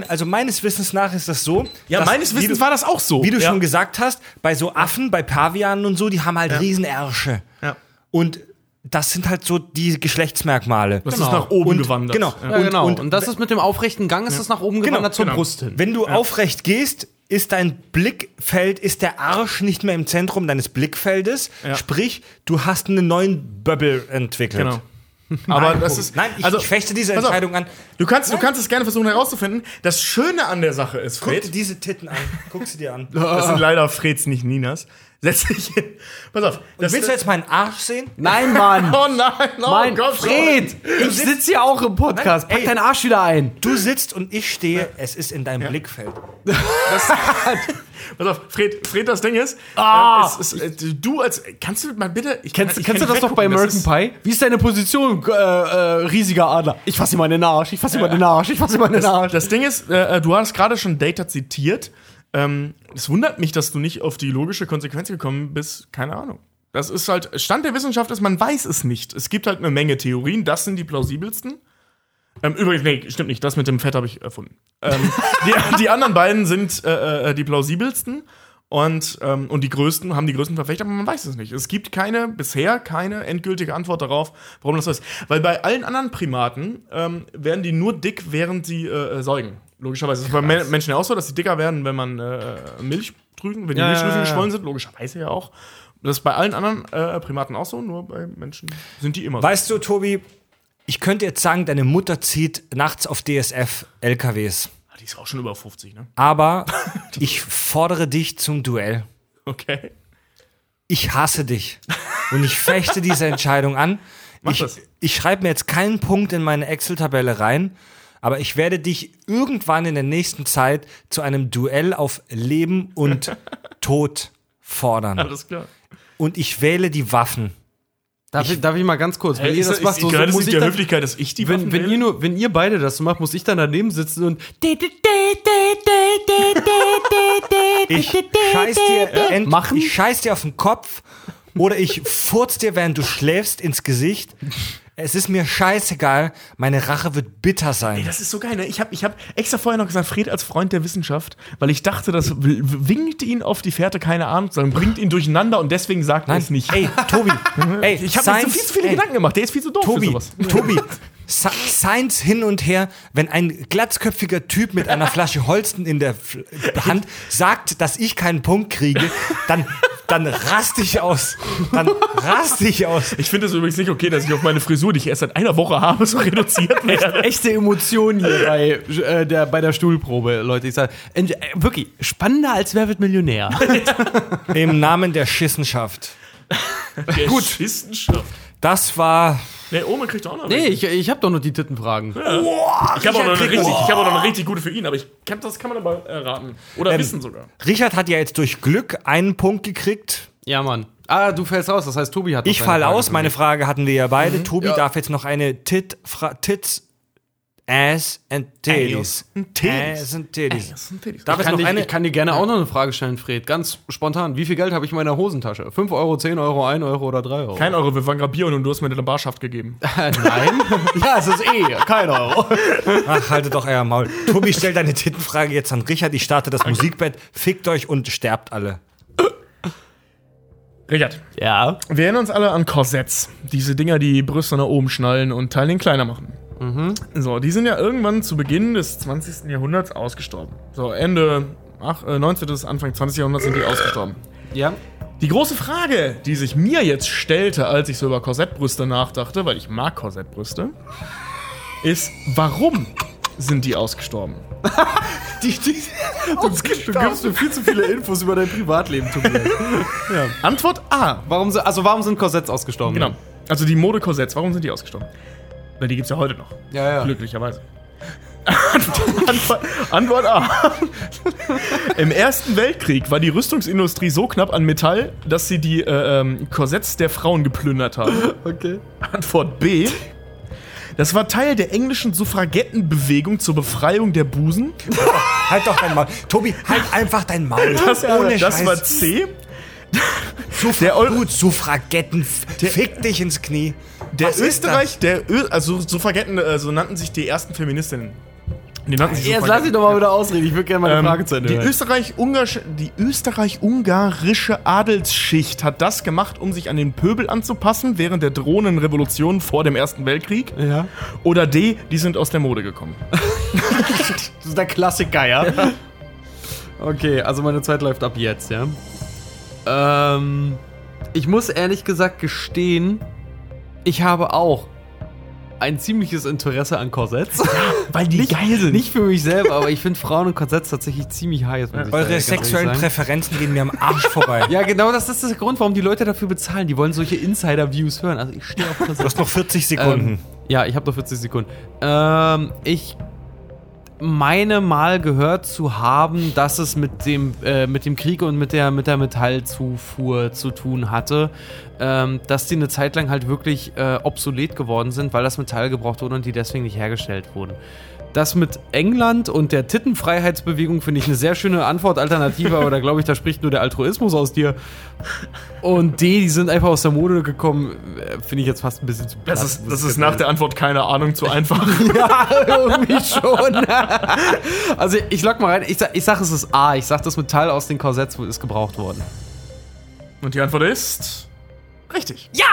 S1: mein, also meines Wissens nach ist das so.
S3: ja,
S1: dass-
S3: meines
S1: wie
S3: Wissens
S1: du,
S3: war das auch so.
S1: Wie du
S3: Oh, ja. genau.
S1: schon gesagt hast, bei so Affen, bei Pavianen und so, die haben halt Riesenersche.
S3: Ja.
S1: Und das sind halt so die Geschlechtsmerkmale.
S3: Das ist nach oben gewandert.
S1: Genau.
S3: Ja.
S2: Ja,
S1: Und-
S2: genau.
S1: und-
S2: Und, das ist mit dem aufrechten Gang, ist das nach oben gewandert zur
S3: genau.
S2: Brust hin.
S1: Wenn du aufrecht gehst, ist dein Blickfeld, ist der Arsch nicht mehr im Zentrum deines Blickfeldes.
S3: Ja.
S1: Sprich, du hast einen neuen Bubble entwickelt.
S3: Genau. Aber das ist also-
S1: Nein, ich, ich fechte diese
S3: pass auf.
S1: Entscheidung an.
S3: Du kannst, du kannst es gerne versuchen herauszufinden. Das Schöne an der Sache ist,
S1: Guck dir
S3: Fred,
S1: diese Titten an. Guck sie dir an.
S3: das sind leider Freds, nicht Ninas. Setz dich hin. Pass auf. Das
S1: Willst du jetzt meinen Arsch sehen?
S2: Nein, Mann!
S3: Oh nein, oh
S2: Mann,
S3: Gott,
S2: Fred! Ich sitze ja auch im Podcast.
S1: Nein,
S2: Pack
S1: ey.
S2: deinen Arsch wieder ein.
S1: Du sitzt und ich stehe, es ist in deinem Blickfeld.
S3: Pass auf, Fred, Fred, das Ding ist,
S2: Ah.
S3: äh, es ist äh, du als kannst du mal bitte, ich
S2: Kennst,
S3: ich
S2: kennst du
S3: kann
S2: das
S3: nicht
S2: doch bei
S3: weggucken, das
S2: American Pie? Wie ist deine Position, äh, äh, riesiger Adler? Ich fasse ihm mal den Arsch, ich fasse ihm mal den Arsch, ich fasse ihm mal den
S3: ist-
S2: Arsch.
S3: Das Ding ist, äh, du hast gerade schon Data zitiert. Ähm, es wundert mich, dass du nicht auf die logische Konsequenz gekommen bist. Keine Ahnung. Das ist halt, Stand der Wissenschaft ist, man weiß es nicht. Es gibt halt eine Menge Theorien, das sind die plausibelsten. Ähm, übrigens, nee, stimmt nicht, das mit dem Fett habe ich erfunden. Ähm, die, die anderen beiden sind äh, äh, die plausibelsten und, ähm, und die größten, haben die größten Verfechter, aber man weiß es nicht. Es gibt keine, bisher keine endgültige Antwort darauf, warum das so ist. Weil bei allen anderen Primaten ähm, werden die nur dick, während sie äh, äh, säugen. Logischerweise. Es ist bei Men- Menschen ja auch so, dass sie dicker werden, wenn man äh, Milch drüben, wenn die
S2: Ja,
S3: Milchdrüsen
S2: ja, ja.
S3: geschwollen sind, logischerweise ja auch. Das ist bei allen anderen äh, Primaten auch so, nur bei Menschen sind die immer so.
S1: Weißt du, Tobi, ich könnte jetzt sagen, deine Mutter zieht nachts auf DSF LKWs.
S3: Ah, Die ist auch schon über 50, ne?
S1: Aber ich fordere dich zum Duell.
S3: Okay.
S1: Ich hasse dich. Und ich fechte diese Entscheidung an.
S3: Mach
S1: ich
S3: das.
S1: ich schreibe mir jetzt keinen Punkt in meine Excel-Tabelle rein, aber ich werde dich irgendwann in der nächsten Zeit zu einem Duell auf Leben und Tod fordern.
S3: Alles klar.
S1: Und ich wähle die Waffen.
S2: Darf ich, darf ich mal ganz kurz? Wenn
S3: Ey,
S2: ihr das macht, so, so
S3: das
S2: muss
S3: ist
S2: ich
S3: der
S2: dann,
S3: Höflichkeit, dass ich die
S2: wenn, wenn, ihr nur, wenn ihr beide das so macht, muss ich dann daneben sitzen und.
S1: Ich scheiß
S2: äh,
S1: dir, äh, ent-
S2: Machen?
S1: ich scheiß dir auf den Kopf oder ich furz dir, während du schläfst, ins Gesicht. Es ist mir scheißegal, meine Rache wird bitter sein.
S3: das ist so geil, ne? Ich habe ich hab extra vorher noch gesagt, Fred als Freund der Wissenschaft, weil ich dachte, das w- winkt ihn auf die Fährte, keine Ahnung, sondern bringt ihn durcheinander und deswegen sagt er
S1: Nein,
S3: es nicht.
S1: Ey, Tobi, ey,
S3: ich habe mir so
S1: Science-
S3: viel zu viele
S1: ey,
S3: Gedanken gemacht, der ist viel zu doof für
S1: Tobi,
S3: sowas.
S1: Tobi, Sa- Science hin und her, wenn ein glatzköpfiger Typ mit einer Flasche Holsten in der F Hand sagt, dass ich keinen Punkt kriege, dann, dann raste ich aus. Dann raste ich aus.
S3: Ich finde es übrigens nicht okay, dass ich auf meine Frisur, die ich erst seit einer Woche habe, so reduziert werde.
S2: Echte Emotionen hier bei, äh, der, bei der Stuhlprobe, Leute. Ich sag, ent- äh, wirklich, spannender als Wer wird Millionär.
S1: Im Namen der Schissenschaft.
S3: Gut. Wissenschaft.
S1: Das war
S3: Nee, Ome kriegt auch noch
S2: nee,
S3: welche.
S2: ich, ich habe doch nur die Tittenfragen.
S3: Ich habe auch, noch eine
S1: Richard kriegt-
S3: richtig- ich hab auch noch eine richtig gute für ihn, aber ich, kann- das kann man aber erraten.
S2: Ähm,
S3: Oder wissen sogar.
S1: Ähm, Richard hat ja jetzt durch Glück einen Punkt gekriegt.
S2: Ja, Mann. Ah, du fällst aus, das heißt, Tobi hat. noch
S1: Ich
S2: seine
S1: fall
S2: Frage
S1: aus,
S2: für
S1: meine
S2: mich.
S1: Frage hatten wir ja beide. Tobi darf jetzt noch eine Tit, Fra Tits, Ass and Titties.
S3: Titties.
S1: Ass and Titties.
S3: Da
S1: Darf jetzt
S2: Ich kann,
S1: noch
S2: dich,
S1: eine?
S2: ich kann dir gerne auch noch eine Frage stellen, Fred. Ganz spontan. Wie viel Geld habe ich in meiner Hosentasche? 5 Euro, 10 Euro, 1 Euro oder 3 Euro?
S3: Kein Euro, wir waren gerade Bier und du hast mir deine Barschaft gegeben.
S2: Nein. ja, es ist eh kein Euro.
S1: Ach, haltet doch euer Maul. Tobi, stell deine Tittenfrage jetzt an Richard. Ich starte das Musikbett. Fickt euch und sterbt alle.
S3: Richard,
S2: Ja.
S3: wir erinnern uns alle an Korsetts. Diese Dinger, die Brüste nach oben schnallen und Teilchen kleiner machen.
S4: Mhm.
S3: So, die sind ja irgendwann zu Beginn des 20. Jahrhunderts ausgestorben. So, Ende ach, äh, 19. bis Anfang 20. Jahrhunderts sind die ausgestorben.
S2: Ja.
S3: Die große Frage, die sich mir jetzt stellte, als ich so über Korsettbrüste nachdachte, weil ich mag Korsettbrüste, ist, warum sind die ausgestorben?
S4: Die, die, du, du gibst mir viel zu viele Infos über dein Privatleben, Tobias.
S3: Antwort A.
S2: Warum, so- also warum sind Korsetts ausgestorben?
S3: Genau. Also die Mode-Korsetts, warum sind die ausgestorben? Weil die gibt es ja heute noch.
S2: Ja, ja.
S3: Glücklicherweise. Antwort, Antwort A. Im Ersten Weltkrieg war die Rüstungsindustrie so knapp an Metall, dass sie die äh, ähm, Korsetts der Frauen geplündert haben.
S2: Okay.
S3: Antwort B. Das war Teil der englischen Suffragettenbewegung zur Befreiung der Busen.
S1: Halt doch dein Maul. Tobi, halt einfach dein Maul.
S3: Das,
S1: Ohne
S3: das
S1: Scheiß.
S3: war C.
S1: der Gut, Suffragetten, f- fick dich ins Knie.
S3: Der
S1: Was ist
S3: Österreich, der Ö also Suffragetten, äh, so nannten sich die ersten Feministinnen. Die nannten sich
S2: Jetzt lass
S3: Suffragetten.
S2: ich doch mal wieder ausreden. Ich würde gerne meine
S3: Ähm,
S2: Frage zu Ende
S3: die
S2: hören.
S3: Österreich-Ungarische die Österreich-Ungarische Adelsschicht hat das gemacht, um sich an den Pöbel anzupassen während der Drohnenrevolution vor dem Ersten Weltkrieg.
S2: Ja.
S3: Oder D, die sind aus der Mode gekommen.
S2: Das ist der Klassiker, ja? Okay, also meine Zeit läuft ab jetzt, ja? Ähm, ich muss ehrlich gesagt gestehen, ich habe auch ein ziemliches Interesse an Korsetts.
S3: Weil die nicht, geil sind.
S2: Nicht für mich selber, aber ich finde Frauen und Korsetts tatsächlich ziemlich heiß. muss ich sagen,
S1: Eure
S2: ganz ehrlich
S1: sexuellen
S2: sagen.
S1: Präferenzen gehen mir am Arsch vorbei.
S2: Ja, genau, das ist der Grund, warum die Leute dafür bezahlen. Die wollen solche Insider-Views hören. Also ich stehe auf Korsetts.
S1: Du hast noch 40 Sekunden.
S2: Ähm, ja, ich habe noch 40 Sekunden. Ähm, ich meine mal gehört zu haben, dass es mit dem, äh, mit dem Krieg und mit der, mit der Metallzufuhr zu tun hatte, ähm, dass die eine Zeit lang halt wirklich äh, obsolet geworden sind, weil das Metall gebraucht wurde und die deswegen nicht hergestellt wurden. Das mit England und der Tittenfreiheitsbewegung finde ich eine sehr schöne Antwortalternative, aber da glaube ich, da spricht nur der Altruismus aus dir. Und D, die sind einfach aus der Mode gekommen, äh, finde ich jetzt fast ein bisschen zu
S3: Das
S2: platt,
S3: ist,
S2: muss
S3: das
S2: ich
S3: ist
S2: ganz
S3: nach der Antwort keine Ahnung zu einfach.
S2: ja, irgendwie schon. also ich log mal rein. Ich sag, ich sag, es ist A. Ich sag, das Metall aus den Korsetts ist gebraucht worden.
S3: Und die Antwort ist. Richtig. Ja!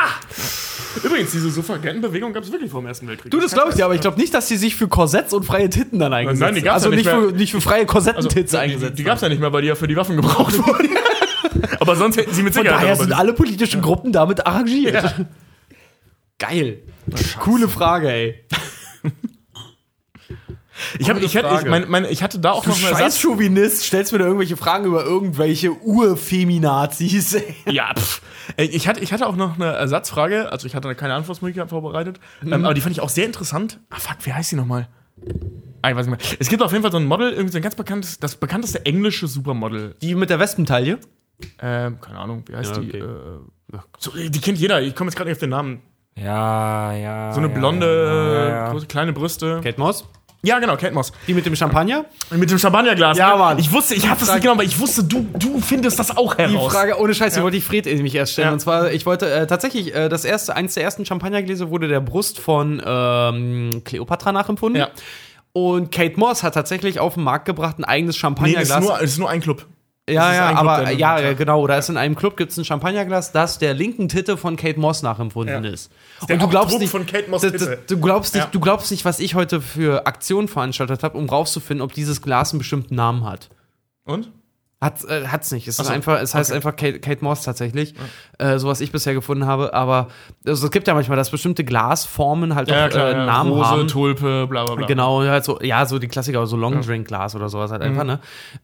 S3: Übrigens, diese Suffragettenbewegung gab es wirklich vor dem Ersten Weltkrieg.
S2: Du, das glaube ich dir, aber ich glaube nicht, dass die sich für Korsetts und freie Titten dann eingesetzt
S3: Nein, die gab's
S2: Also
S3: ja
S2: nicht,
S3: nicht
S2: für,
S3: mehr. Also,
S2: nicht für freie Korsettentits
S3: die, die,
S2: eingesetzt.
S3: die gab es ja nicht mehr, weil die ja für die Waffen gebraucht wurden. aber sonst hätten sie mit
S2: Von
S3: Sicherheit
S2: daher
S3: darüber
S2: sind alle politischen Gruppen damit arrangiert. Geil. Coole Frage, ey.
S3: Ich, hab, ich, hätte, ich,
S2: Frage.
S3: mein, mein, ich hatte da auch noch einen Ersatz.
S2: Chauvinist, stellst mir da irgendwelche Fragen über irgendwelche Urfeminazis, ey.
S3: Ja, pff. Ey, Ich hatte, ich hatte auch noch eine Ersatzfrage. Also, ich hatte keine Antwortmöglichkeit vorbereitet.
S2: Mhm.
S3: Ähm, aber die fand ich auch sehr interessant. Ah, fuck, wie heißt die nochmal? Ah, ich weiß nicht mehr. Es gibt auf jeden Fall so ein Model, irgendwie so ein ganz bekanntes, das bekannteste englische Supermodel.
S2: Die mit der Wespentaille?
S3: Ähm, keine Ahnung, wie heißt
S2: Ja,
S3: die?
S2: okay.
S3: Äh, so, die kennt jeder. Ich komme jetzt gerade nicht auf den Namen.
S1: Ähm, Ja, ja.
S3: So eine
S2: Ah,
S1: ja,
S3: blonde,
S1: ja,
S3: äh,
S1: ja.
S3: große, kleine Brüste.
S2: Kate Moss?
S3: Ja, genau, Kate Moss.
S2: Die mit dem Champagner?
S3: Mit dem Champagnerglas.
S2: Ja,
S3: ne?
S2: Mann.
S3: Ich wusste, ich habe das
S2: Frage-
S3: nicht genau, aber ich wusste, du, du findest das auch
S2: Die
S3: heraus.
S2: Frage, ohne Scheiß, die wollte ich Fred nämlich erst stellen.
S3: Ja.
S2: Und zwar, ich wollte äh, tatsächlich, äh, das erste, eins der ersten Champagnergläser wurde der Brust von ähm, Cleopatra nachempfunden.
S3: Ja.
S2: Und Kate Moss hat tatsächlich auf den Markt gebracht ein eigenes
S3: Nee, das ist
S2: Champagnerglas.
S3: nur, das ist nur ein Club.
S2: ja,
S3: das ist
S2: ja,
S3: ein Club,
S2: aber
S3: der nur
S2: ja,
S3: gemacht
S2: ja,
S3: hat.
S2: genau. Da ist in einem Club gibt es ein Champagnerglas, das der linken Titte von Kate Moss nachempfunden
S3: Ja.
S2: ist.
S3: der
S2: Und du glaubst
S3: Abdruck
S2: nicht,
S3: von Kate Moss
S2: d- d-
S3: Titte.
S2: du glaubst nicht,
S3: Ja.
S2: du glaubst nicht, was ich heute für Aktionen veranstaltet habe, um rauszufinden, ob dieses Glas einen bestimmten Namen hat.
S3: Und?
S2: Hat, äh, hat's nicht. Es, ist
S3: so,
S2: einfach, es heißt einfach Kate, Kate Moss tatsächlich. Äh, so was ich bisher gefunden habe. Aber also, es gibt ja manchmal, dass bestimmte Glasformen halt auch äh, Namen
S3: Rose,
S2: haben.
S3: Tulpe, bla bla bla.
S2: Genau, halt so, ja, so die Klassiker, so Long Drink Glas oder sowas
S3: Mhm.
S2: halt einfach, ne?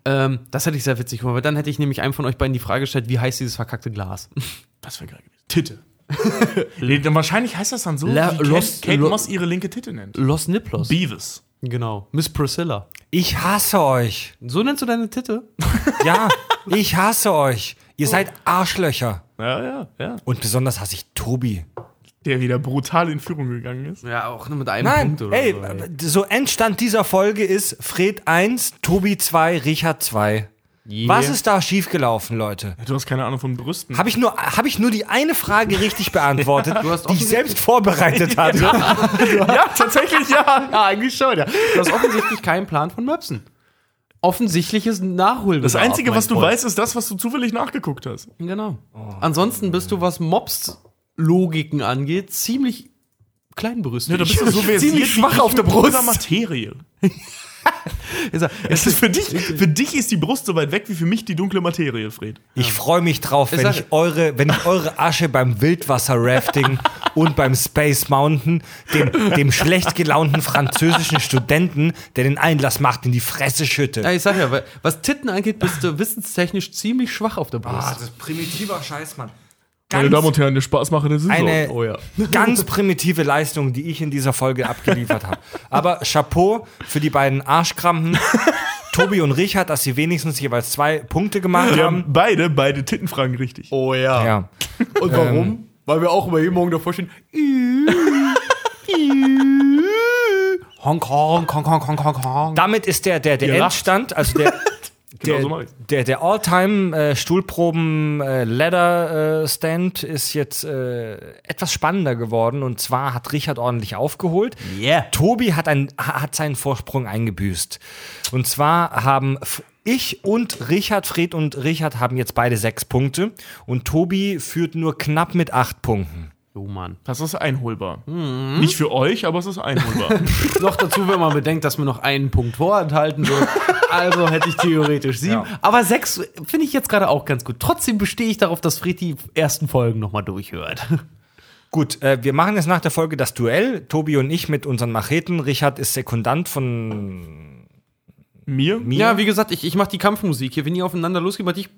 S2: Ähm, das hätte ich sehr witzig gemacht, weil dann hätte ich nämlich einem von euch beiden die Frage gestellt, wie heißt dieses verkackte Glas?
S3: Was für ein Gerät. Titte. Nee, dann wahrscheinlich heißt das dann so,
S2: La-
S3: wie
S2: Los-
S3: Kate, Kate
S2: Lo-
S3: Moss ihre linke Titte nennt.
S2: Los Niplos.
S3: Beavis.
S2: genau. Miss Priscilla.
S1: Ich hasse euch.
S2: So nennst du deine Titte?
S1: Ja, ich hasse euch. Ihr seid Arschlöcher.
S3: Ja, ja, ja.
S1: Und besonders hasse ich Tobi.
S3: Der wieder brutal in Führung gegangen ist.
S2: Ja, auch nur mit einem
S1: Nein,
S2: Punkt oder
S1: ey, äh,
S2: so.
S1: so Endstand dieser Folge ist Fred 1, Tobi 2, Richard 2.
S2: Yeah.
S1: Was ist da schiefgelaufen, Leute?
S3: Du hast keine Ahnung von Brüsten.
S1: Habe ich, nur, hab ich nur die eine Frage richtig beantwortet,
S2: hast
S1: die ich selbst vorbereitet hatte?
S3: ja, tatsächlich ja.
S2: Ja, eigentlich schon, ja. Du hast offensichtlich keinen Plan von Möpsen. offensichtliches Nachholbedarf.
S3: Das Einzige,
S2: mein
S3: was du
S2: Freund.
S3: weißt, ist das, was du zufällig nachgeguckt hast.
S2: Genau.
S4: Oh.
S2: Ansonsten bist du, was Mobs-Logiken angeht, ziemlich kleinbrüstig.
S3: ziemlich schwach auf der Brust. Materie.
S2: Ist er-
S3: Es ist für dich, für dich ist die Brust so weit weg wie für mich die dunkle Materie, Fred.
S1: Ich freue mich drauf, wenn
S2: sag-
S1: ich, eure, wenn ich eure Asche beim Wildwasser-Rafting und beim Space Mountain dem, dem schlecht gelaunten französischen Studenten, der den Einlass macht, in die Fresse
S2: Ja,
S1: schütte.
S2: ich sag ja, weil- was Titten angeht, bist du wissenstechnisch ziemlich schwach auf der
S4: Ah,
S2: Brust.
S1: ist primitiver Scheiß, Mann.
S3: Meine Damen und Herren, der Spaß mache, das ist
S1: eine
S3: so. Oh ja.
S1: ganz primitive Leistung, die ich in dieser Folge abgeliefert habe. Aber Chapeau für die beiden Arschkrampen, Tobi und Richard, dass sie wenigstens jeweils zwei Punkte gemacht
S3: Wir
S1: haben.
S3: haben beide, beide Tittenfragen richtig.
S4: Oh ja.
S1: Ja.
S4: Und warum? Weil wir auch immer jeden Morgen davor stehen.
S2: Honk, honk, honk, honk, honk, honk, honk.
S1: Damit ist der, der, der
S3: Ihr lacht.
S1: Endstand, also der,
S3: Genau
S1: der,
S3: so mach ich's.
S1: der, äh, der äh, All-Time-Stuhlproben-Ladder-Stand äh, ist jetzt äh, etwas spannender geworden. Und zwar hat Richard ordentlich aufgeholt.
S2: Yeah.
S1: Tobi hat, ein, ha- hat seinen Vorsprung eingebüßt. Und zwar haben F- ich und Richard, Fred und Richard haben jetzt beide sechs Punkte. Und Tobi führt nur knapp mit acht Punkten.
S2: Oh Mann.
S3: Das ist einholbar. Nicht für euch, aber es ist einholbar.
S2: noch dazu, wenn man bedenkt, dass mir noch einen Punkt vorenthalten wird. Also hätte ich theoretisch sieben.
S1: Ja.
S2: Aber sechs finde ich jetzt gerade auch ganz gut. Trotzdem bestehe ich darauf, dass Fred die ersten Folgen nochmal durchhört.
S1: Gut, äh, wir machen jetzt nach der Folge das Duell. Tobi und ich mit unseren Macheten. Richard ist Sekundant von
S3: Mir?
S1: mir.
S2: Ja, wie gesagt, ich, ich mache die Kampfmusik hier. Wenn ihr aufeinander losgeht, mach ich.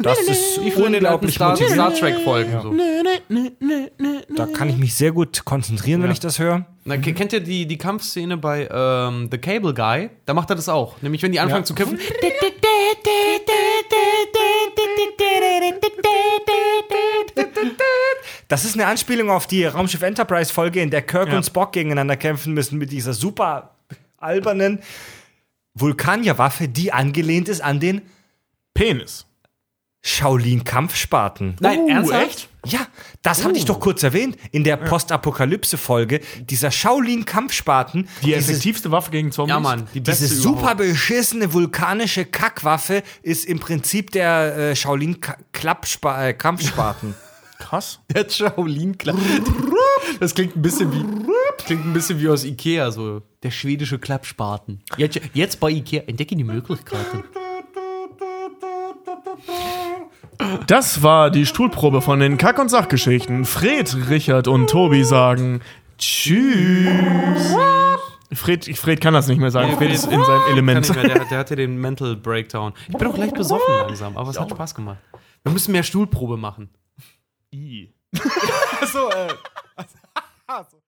S1: Das ist
S2: Ich hole den alten
S1: unglaublich
S2: Star,
S1: motivierend.
S2: Star Trek-Folgen. So.
S1: Da kann ich mich sehr gut konzentrieren, wenn ich das höre.
S2: Na, ke- kennt ihr die, die Kampfszene bei ähm, The Cable Guy? Da macht er das auch. Nämlich, wenn die anfangen zu kämpfen.
S1: Das ist eine Anspielung auf die Raumschiff Enterprise-Folge, in der Kirk und Spock gegeneinander kämpfen müssen mit dieser super albernen Vulkanierwaffe, die angelehnt ist an den
S3: Penis.
S1: Shaolin-Kampfspaten.
S2: Nein,
S3: Uh,
S2: ernsthaft?
S3: echt?
S1: Ja, das hatte ich doch kurz erwähnt in der Postapokalypse-Folge. Dieser Shaolin-Kampfspaten,
S3: Die
S1: dieses-
S3: effektivste Waffe gegen Zombies.
S2: Ja, Mann, die beste
S1: Diese super
S2: überhaupt.
S1: beschissene vulkanische Kackwaffe ist im Prinzip der äh, Shaolin Ka- Klappspa äh, Kampfspaten.
S3: Krass.
S2: Der Shaolin klar. Das klingt ein bisschen wie klingt ein bisschen wie aus Ikea so der schwedische Klappspaten. Jetzt, jetzt bei Ikea entdecken die Möglichkeiten.
S3: Das war die Stuhlprobe von den Kack- und Sachgeschichten. Fred, Richard und Tobi sagen Tschüss. Fred, Fred kann das nicht mehr sagen. Fred ist in seinem Element.
S2: der, der hatte den Mental Breakdown. Ich bin auch leicht besoffen langsam, aber es hat Spaß gemacht. Wir müssen mehr Stuhlprobe machen.
S3: I.
S4: Achso, äh. also-